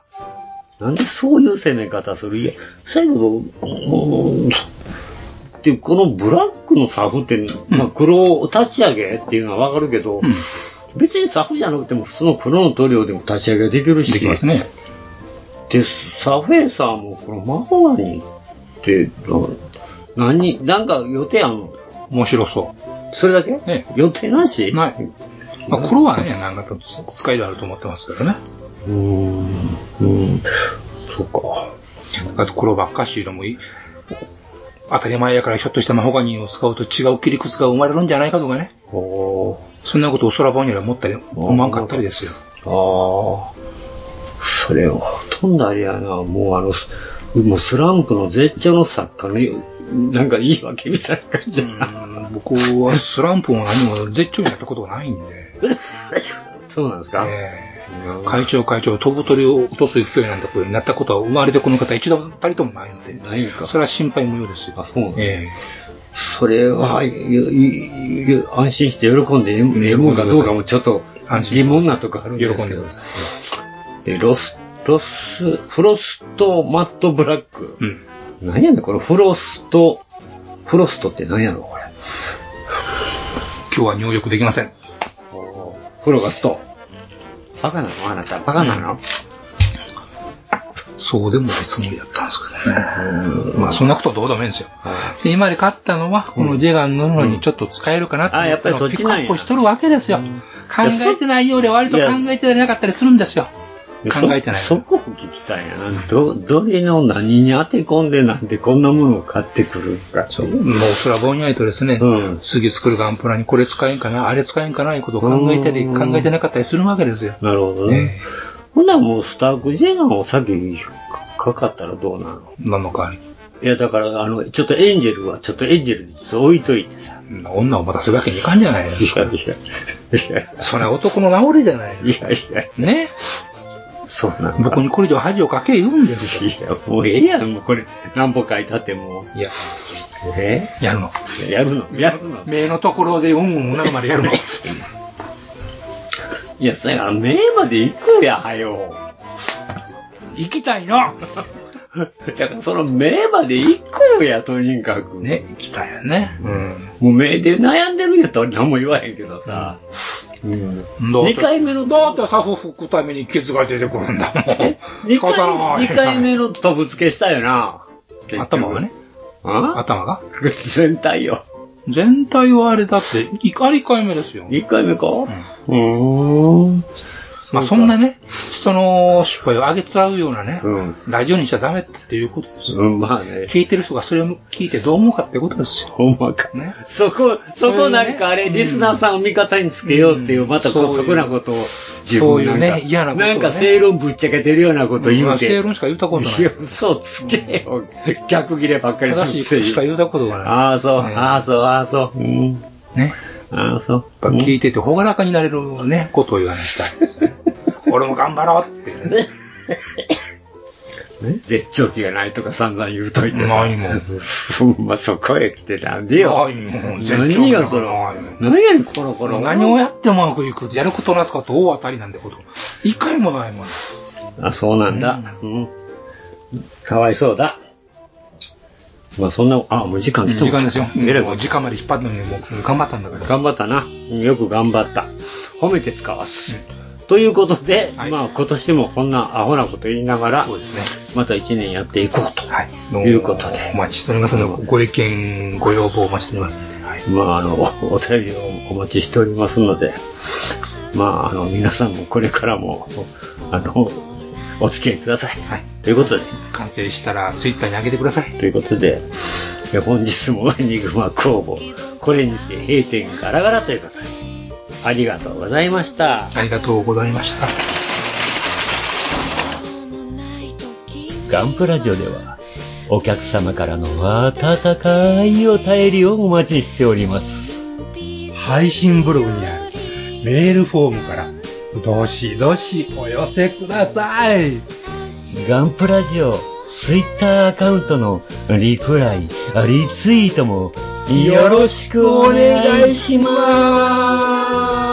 Speaker 7: なんでそういう攻め方するいや、最後、もうっていう、このブラックのサフって、まあ、黒立ち上げっていうのはわかるけど、別にサフじゃなくても、普通の黒の塗料でも立ち上げできるし。
Speaker 13: できますね。
Speaker 7: で、サフェーさんも、このマホワニって、な何、なんか予定あんの。
Speaker 8: 面白そう
Speaker 7: それだけ
Speaker 8: ね。
Speaker 7: 予定なし
Speaker 8: ない。まあ、黒はね、なんか使いであると思ってますけどね。
Speaker 7: うーん。うん。
Speaker 8: そうか。あと黒ばっかしいうのもいい。当たり前やからひょっとしたマホガニを使うと違う切り口が生まれるんじゃないかとかね。そんなことを空本には思ったり、思わんかったりですよ。
Speaker 7: ああ。それはほとんどあれやな、もうあの、すもうスランプの絶頂の作家の、なんか言い訳みたいな感じやな。
Speaker 8: 僕はスランプも何も絶頂になったことがないんで。
Speaker 7: そうなんですか、
Speaker 8: 会長会長、飛ぶ鳥を落とす勢いなんてことになったことは生まれてこの方一度たりともないので。
Speaker 7: ないんか。
Speaker 8: それは心配無用ですよ。
Speaker 7: あ、そうなんだ
Speaker 8: ええ
Speaker 7: それは、いいい安心して喜んでええええもんかどうかもちょっと疑問なとこあるんですけど。でロス、ロス、フロストマットブラック。何やねん、このフロスト、フロストって何やろ、これ。
Speaker 8: 今日は入力できません。
Speaker 7: フロがスト。バカなのあなた、バカなの、
Speaker 8: そうでもないつもりだったんですけどね。まあそんなことはどうでもいいんですよ。で今まで買ったのは、このジェガンののにちょっと使えるかなって
Speaker 7: あ、やっぱりそっ
Speaker 8: ピ
Speaker 7: ち
Speaker 8: ックア
Speaker 7: なん
Speaker 8: ッ
Speaker 7: や。
Speaker 8: プしとるわけですよ。考えてないようで割と考えてなかったりするんですよ。考えてない。
Speaker 7: そこを聞きたいな。ど、どれの何に当て込んでなんてこんなものを買ってくるんか。そう。
Speaker 8: もうそれはぼんやりとですね、次作るガンプラにこれ使えんかな、あれ使えんかな、いうことを考えたり、
Speaker 7: うん
Speaker 8: 考えてなかったりするわけですよ。
Speaker 7: なるほどね。ほんならもうスタークジェガンを先にかかったらどうなの
Speaker 8: 何の代わり
Speaker 7: いや、だから、あの、ちょっとエンジェルは、ちょっとエンジェルでちょっと置いといてさ。
Speaker 8: 女を待たせるわけにいかんじゃないですか。
Speaker 7: いやいや。いや
Speaker 8: それは男の治りじゃないです
Speaker 7: か。いやい
Speaker 8: や。ね
Speaker 7: そうなんだ。
Speaker 8: 僕にこれ以上恥をかけ言うんです
Speaker 7: よ。いや、もうええやん、もうこれ。何歩書いたっても
Speaker 8: いや。
Speaker 7: え
Speaker 8: やるの。
Speaker 7: やるの。やるの。
Speaker 8: 目のところでうんうんうなるまでやるの。
Speaker 7: いや、そやから、目まで行くや、はよ。
Speaker 8: 行きたいの
Speaker 7: だから、その目まで行こうや、とにかく。
Speaker 8: ね、行きたいよね。うん。
Speaker 7: もう目で悩んでるんやったら何も言わへんけどさ。うん。
Speaker 8: 2回目のどうってサフ吹くために傷が出てくるんだも ん。
Speaker 7: 二回
Speaker 8: 仕方ない
Speaker 7: 二回目のとぶつけしたよな。
Speaker 8: 頭がね。
Speaker 7: 頭
Speaker 8: が
Speaker 7: 全体よ。
Speaker 8: 全体はあれだって、怒り回目ですよ。
Speaker 7: 1回目か
Speaker 8: うん。まあそんなね、人の失敗を上げつらうようなね、ラジオにしちゃダメっていうことですよ。
Speaker 7: うんまあね
Speaker 8: 聞いてる人がそれを聞いてどう思うかってことですよ。
Speaker 7: ほんまか。
Speaker 8: ね。
Speaker 7: そこ、そこなんかあれ、リスナーさんを味方につけようっていう、またこうそこなことを、自
Speaker 8: そういう
Speaker 7: 分な
Speaker 8: ね
Speaker 7: んか、
Speaker 8: 嫌なことをね
Speaker 7: なんか正論ぶっちゃけてるようなこと言うて。
Speaker 8: うん正論しか言ったことない
Speaker 7: や、嘘つけよ。逆切ればっかり
Speaker 8: 正しいことしか言うたことがない。
Speaker 7: ああ、そう、ああ、そう、ああ、そう。うん。
Speaker 8: ね。
Speaker 7: ああ、そう。
Speaker 8: 聞いてて朗らかになれるね、ことを言わないとダメですよね俺も頑張ろうっていうね。
Speaker 7: 絶頂期がないとか散々言うといて
Speaker 8: ないもん。
Speaker 7: ほんまそこへ来てなんでよ。
Speaker 8: ないもん。絶頂
Speaker 7: 何
Speaker 8: 期
Speaker 7: がその、何やねん、このこの。
Speaker 8: 何をやってもうまくいく、やることなすこと大当たりなんてこと、一回もないもん。
Speaker 7: あ、そうなんだ。うん。かわいそうだ。まあそんな、あ、もう時間来た
Speaker 8: 時間ですよ。
Speaker 7: えらい
Speaker 8: も
Speaker 7: こ
Speaker 8: う
Speaker 7: と
Speaker 8: 時間まで引っ張るのに、もう頑張ったんだから。
Speaker 7: 頑張ったな。うんよく頑張った。褒めて使わす。ということで、まあ今年もこんなアホなこと言いながら、また一年やっていこうと。いうことで。
Speaker 8: お待ちしておりますので、ご意見、ご要望お待ちしておりますんで。
Speaker 7: まあ、あの、お便りをお待ちしておりますので、まあ、あの、皆さんもこれからも、あの、お付き合いください。ということで。
Speaker 8: 完成したら、ツイッターに上げてください。
Speaker 7: ということで、え本日もエニグマ工房、これにて閉店ガラガラということで、ありがとうございました。
Speaker 8: ありがとうございました。
Speaker 14: ガンプラジオでは、お客様からの温かいお便りをお待ちしております。
Speaker 6: 配信ブログにあるメールフォームから、どしどしお寄せください。
Speaker 14: ガンプラジオ、ツイッターアカウントのリプライ、リツイートもよろしくお願いします。
Speaker 6: します。